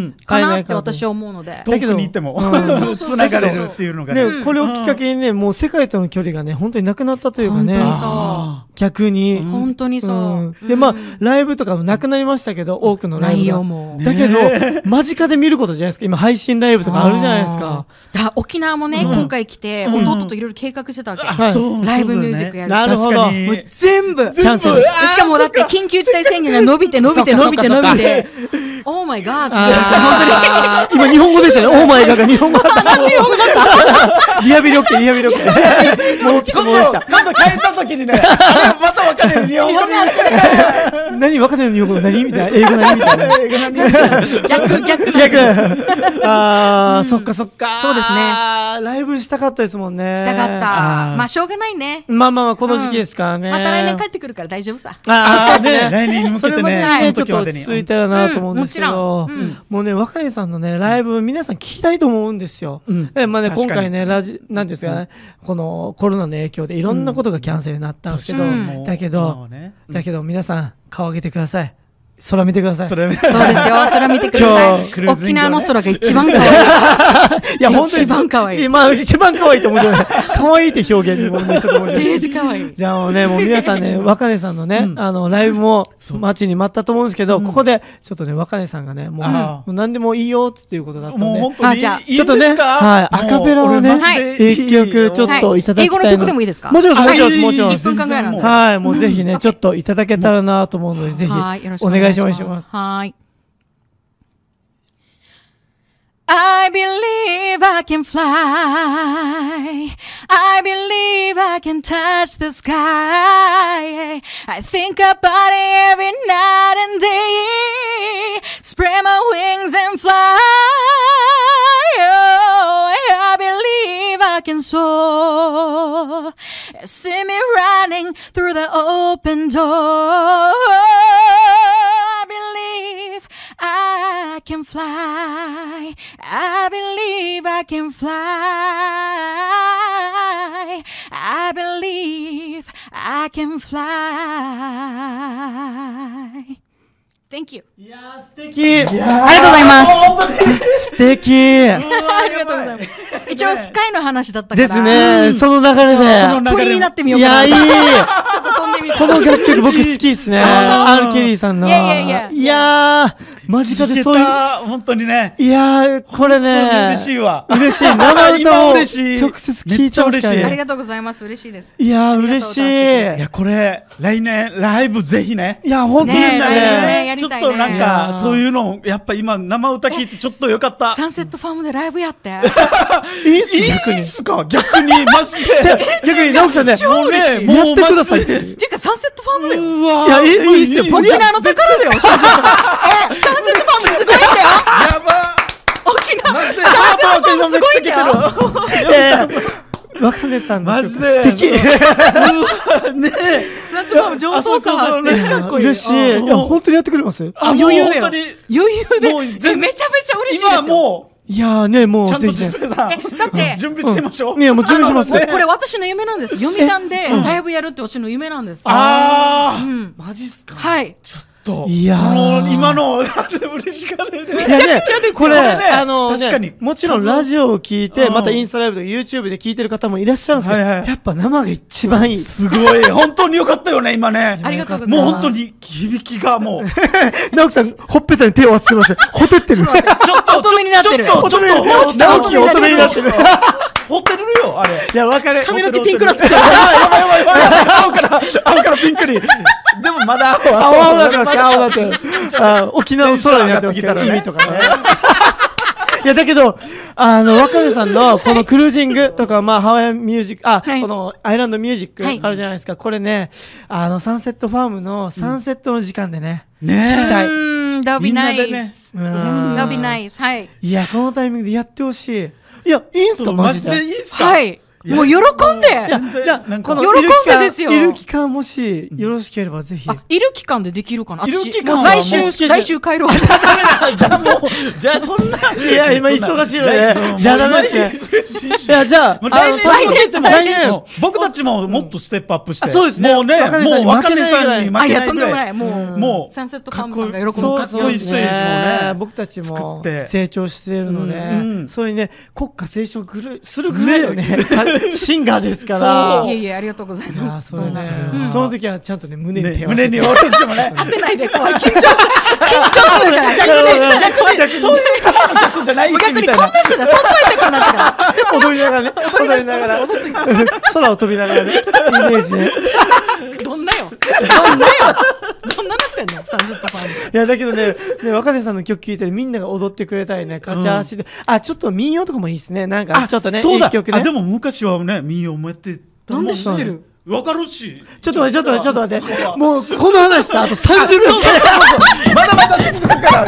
S2: ん
S3: かな
S1: 海外
S3: っ
S1: か
S3: て
S1: ら
S3: 私は思うので。
S1: だ
S2: 遠
S1: け
S2: く
S1: ど
S2: に行っても
S3: んそうそうそう
S2: 繋がれるっていうのがね。
S1: ね、これをきっかけにね、もう世界との距離がね、本当になくなったというかね
S3: 本当、にそう
S2: あ
S1: 逆に。
S3: 本当にそう。
S1: うんで、まあ
S3: うん、
S1: ライブとかもなくなりましたけど、多くのライブが。
S3: 内容も。
S1: だけど、間近で見ることじゃないですか。今、配信ライブとかあるじゃないですか。
S3: だ沖縄もね、今回来て、
S2: うん
S3: 弟といろいろ計画してたわけ。
S1: はい
S2: そう
S3: ライブミュージックやる
S1: なるほど
S2: 確かに
S3: もう全部。
S1: キャンセル。
S3: しかもだって緊急事態宣言が伸びて伸びて伸びて伸びて。オーマイガーって言ってました本当に。
S1: あー今、日本語で したね。オーマイガーが日本語だった。リハビリ OK、リハビリ OK。戻ってきた、戻ってき
S2: 今度帰った時にね、あれまた別れる日本語になって
S1: た。何、若手の日本語何みたいな。英語何みたいな。
S3: 逆逆
S1: 逆です。ああ、そっかそっか。
S3: そうですね
S1: あーライブしたかったですもんね。
S3: したかっ
S2: あー
S3: た。まあしょうがないね。
S1: まあまあまあ、この時期ですからね。
S3: また来年帰ってくるから大丈夫さ。
S1: ああ、そうですね。
S2: 来年に向け
S1: それ
S2: て
S1: まで
S2: ね、
S1: にね、ちょ
S2: その
S1: っ
S2: 時ま
S1: と
S2: で
S1: 落
S2: に
S1: ち着いたらなと思うんですけど、
S3: うんもちろんうん
S1: もうね、若井さんのね、ライブ、皆さん聞きたいと思うんですよ。
S2: うん
S1: でまあね、
S2: 確か
S1: 今
S2: に
S1: 回ね、ラジ、なんていうんですかね、このコロナの影響でいろんなことがキャンセルになったんですけど、
S3: うん
S2: 確かに
S3: うん
S1: だけ
S2: ま
S1: ど
S2: あ、ね
S1: だけど皆さん、顔上げてください。空見てください。
S2: それ
S3: そうですよ。それ見てくださ
S2: 今
S3: い
S2: 日ク。ルーズイ
S3: 沖
S2: ングはね
S3: 縄の空が一番可 愛い。
S1: いや、本当に
S3: 一番可愛い
S1: まあ、一番可愛いって面白い。可愛いって表現にもね、ちょっと面 白い
S3: デ
S1: で
S3: ー
S1: す。
S3: ジ可愛い。
S1: じゃあもうね、もう皆さんね、若根さんのね、あの、ライブも
S2: そう
S1: 待ちに待ったと思うんですけど、ここで、ちょっとね、若根さんがね、もう、
S2: あー
S1: もう何でもいいよっていうことだったんで。
S2: もう本当にいい
S3: あ
S2: いい
S1: ちょ
S2: ん
S1: っとね、
S2: です
S1: は
S2: か
S1: い、アカペラをね、
S2: もう俺マジでいい
S1: 一曲ちょっといただきたい
S3: はい英語の曲でもいいですか
S1: もちろん、
S2: あ
S1: もちろ
S2: い
S1: ん、
S2: い
S1: もちろん。
S3: 一分間ぐらいなんで
S1: 全
S3: す
S1: 然はい、もうぜひね、ちょっといただけたらなと思うので、ぜひ、お
S3: はい、よろしくお
S1: 願
S3: 願
S1: い
S3: い
S1: し
S3: し
S1: ます。
S3: ます。はい。I believe I can fly. I believe I can touch the sky. I think about it every night and day. Spread my wings and fly. Oh, I believe I can soar. See me running through the open door. I believe I can fly. I believe I can fly. I believe I can fly. Thank you.
S1: いやー、素敵あり
S3: ありがとうございます。
S1: 素敵
S3: ありがとうございます。一応スカイの話だったから。
S1: です。ね、その流れ
S2: その
S1: で。
S2: 流れ
S3: 鳥になってみよ
S1: いう
S3: かな。
S1: や、いい
S3: ちょっと飛んでみよう
S1: この楽曲僕好きっすね。
S2: 本当
S1: R. ケリーさんの。
S3: いやいやいや
S1: いやー、間近で
S2: 聞け
S1: そういう。
S2: た本当にね、
S1: いやー、これ
S2: 本当に
S1: ね。
S2: 嬉しいわ。
S1: 嬉しい。生歌
S2: 今
S1: を 直
S2: 嬉しい
S1: 接聞いたんですか
S2: めっちゃ嬉しい
S3: あり
S1: ね。
S3: がとうございます。嬉しいです。
S1: いやー、
S3: りが
S1: 嬉
S3: とうご
S1: し
S3: ざいます
S1: い
S2: い。や、これ、来年、ライブぜひね。
S1: いや、本当です
S3: ねえ
S1: ね。
S3: や
S2: ちょ
S3: り
S2: った
S3: いね
S2: となん
S1: い
S2: か
S1: や、
S2: そういうの、やっぱ今、生歌聞いてちょっとよかった。
S3: サンセットファームでライブやって。
S1: いいっ
S2: いいっすか逆に、マジで。
S1: じゃあ逆に直樹さんね、
S3: 超嬉しい
S1: もうねやってくださいって。い
S3: ていうかサンセットファームだよ。
S2: うわ
S1: や、いいいいっ
S2: い
S1: すよ。
S2: い
S1: 僕
S3: 沖縄の宝だよ。サンセットファーム。えサンセットファームすごいんだ
S2: やばマ
S3: よ。沖縄。
S2: ジで、ハートがめっちゃ
S3: すごいん
S2: 来
S3: だ
S2: てる。
S1: 若根さんの
S2: マ
S1: 曲
S2: ジ
S1: 素
S2: で。
S1: 敵。
S3: サンセットファーム上等感あって
S2: いや
S3: かっこいい。
S1: 嬉しい。
S3: うん
S1: いや、本当にやってくれます
S2: あ、もう
S3: 余裕だ
S2: 本
S3: よ。
S2: 当
S3: 余
S2: に、
S3: 裕で。
S2: もう
S3: えめ
S2: 全
S3: ちゃ
S2: 然
S3: めちゃ嬉しいです
S2: 今
S3: よ。
S2: も
S1: いやーね、も
S2: う、
S1: う
S2: ちゃんと
S1: ぜひ
S2: 準
S1: ね。
S2: 備さん、
S3: えだって
S2: 準備してみましょう。
S1: いや、もう準備します
S3: あのこ
S1: ね。
S3: れ私の夢なんです。読谷でライブやるって私の夢なんです。
S2: あー、
S3: うん。
S2: マジっすか
S3: はい。
S2: ちょっと、
S1: いやー
S2: その、今の、嬉しかったね。
S1: いやね、これ、
S2: これね
S1: あのね、
S2: 確かに
S1: もちろんラジオを聞いて、
S2: うん
S1: またインスタライブとか YouTube で聞いてる方もいらっしゃるんですけど、
S2: はいはい
S1: やっぱ生が一番いい。
S2: すごい、本当によかったよね、今ね。
S3: ありがとうございま
S2: も
S3: す
S2: う本当に、響きがもう、ち
S1: 直樹さん、ほっぺたに手を当ててます。ほてって る。
S2: ょっと、
S3: 乙女になってる
S2: ちょっと、
S1: 乙
S2: ちょっ
S1: 女直
S2: と、
S1: 樹
S2: 直樹
S1: 乙女になってる。
S2: ホテルよ、あれ。
S1: いや、わかる。
S3: 髪の毛ピンクだった。
S2: やばいやばいやばい。青から、青からピンクに。でもまだ青
S1: 青
S2: 々
S1: 々なってますか青々なってます。あ沖縄の空になってますけど、
S2: 海
S1: 海
S2: と
S1: と
S2: か
S1: か
S2: ね
S1: ね。。いや、だけど、あの、若菜さんの、このクルージングとか、まあ、ハワイアンミュージック、あ、
S3: はい
S1: このアイランドミュージッ
S3: はい
S1: クあるじゃないですか。これね、あの、サンセットファームのサンセットの時間でね、聞き
S2: ね
S1: たい。
S3: うん、that'll be
S2: みんなでね
S3: nice.
S1: うん
S3: that'll be nice. はい。
S1: いや、このタイミングでやってほしい。いや、いいんす
S2: え。
S1: か
S2: マ
S1: マ
S2: ジ
S1: ジ
S2: で
S1: で。
S2: いいっすか
S3: はい。もう
S1: い
S3: 喜ん
S1: や
S3: で。
S2: 全然
S1: じゃ
S2: な
S1: あ、
S2: ん
S1: こ
S2: か
S1: の、
S3: 喜んで
S1: いる期間
S3: ですよ
S1: いる期間、もし、よろしければ、ぜひ。
S3: あ、いる期間でできるかな。
S2: いる
S3: 私
S2: 期間は
S3: もう来
S2: もう
S1: スケジュ
S3: 週、
S1: ール
S3: 来週帰ろう。
S2: じゃあもう、じゃあそんな。い
S1: いや今忙しいのでじゃあダメです
S2: ね。
S1: いや、じゃあ、
S2: もう来年
S1: あの
S2: に向けても、
S1: 来
S2: 来年
S1: 年
S2: も、僕たちももっとステップアップし
S1: あ
S2: て。
S1: そうですね
S2: もうね、
S1: 若根さん
S2: もう
S1: に
S2: 若
S1: 負け
S2: 根
S1: ないぐ
S2: さ
S1: ら
S2: ん
S1: い
S2: に負け
S3: あ、
S2: ないいぐら
S3: や、
S2: い。
S3: とんでもない。
S1: う
S3: も
S1: ん
S2: も
S3: う、
S2: う、
S3: サンセットファームさんが喜ぶ。
S1: そう
S2: かっこいいステージも
S1: そ
S2: ね
S1: うです僕たち
S2: 作っ
S1: も
S2: て
S1: 成長しているので、
S2: うんうん
S1: そういうね、国家斉唱ぐるするぐらいのね、 シンガーですか
S2: そ
S1: ら。
S3: いえいえ、ありがとうござい
S1: いや
S3: ま
S1: ー
S3: す。
S1: それね
S2: そうね
S1: うんその時はちゃんとね、胸に手
S2: ね
S1: を当
S2: 胸
S1: てて、
S2: に私もね。
S3: 当てないで、怖い。緊張する。緊張するから。逆に、
S2: そういう方の逆じゃないし、
S3: 逆
S2: み
S3: に
S2: たい
S3: こ
S2: な。
S3: んな人だ。取っといてこなってから。
S1: 踊りながらね、踊りながら、 空を飛びながらね、イメージね。
S3: どんなよ。どんなよ。どんななってんのサンセットファーム。
S1: いや、だけどね、ね若根さんの曲聴いてるみんなが踊ってくれたりね、カチャーシで、あ、ちょっと民謡とかもいいですね。なんか、ちょっとね、
S2: そうだ
S1: いい曲
S2: あ
S1: ね。
S2: でも昔はね、民謡もやってたも
S3: なんで知ってる
S2: わかるし。
S1: ちょっと待って、ちょっと待って、ちょっと待
S2: そこ
S1: っ
S2: は
S1: て。もう、この話さ、あと30秒しかない。
S2: まだまだ続くから。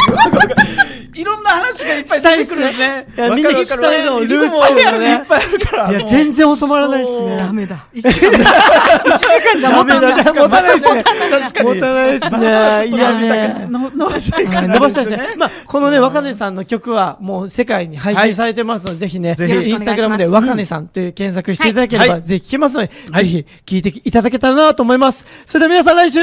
S2: いろんな話がいっぱい出てくるよね。
S1: したいっすねいやみんな聞きたいの
S2: わか
S1: ル
S2: る
S1: ーツ
S2: わかるいつもあるの
S1: ね
S2: いっぱいあるから。
S1: いや、全然収まらないです
S2: そう
S1: ね。
S3: ダメだ。1時間だ。1時間じゃ
S1: ダ
S3: 持
S1: メ
S3: たんじゃん。
S1: だ、持たないですね。
S2: 確かに。
S1: 持たない ですね
S2: まだまだちょっと
S1: いやね
S2: 伸ばしたいから。
S1: 伸ばしたいですね。まあ、このね、若根さんの曲は、もう世界に配信されてますので、ぜひね、
S2: ぜひよろし
S1: イ
S3: くお
S1: ン
S3: 願い
S1: ス
S3: します
S1: タグラムで若根さんという検索していただけれ
S2: は
S1: ば、
S2: い
S1: ぜひ聞けますので、ぜひ聞いていただけたらなと思います。それでは皆さん来週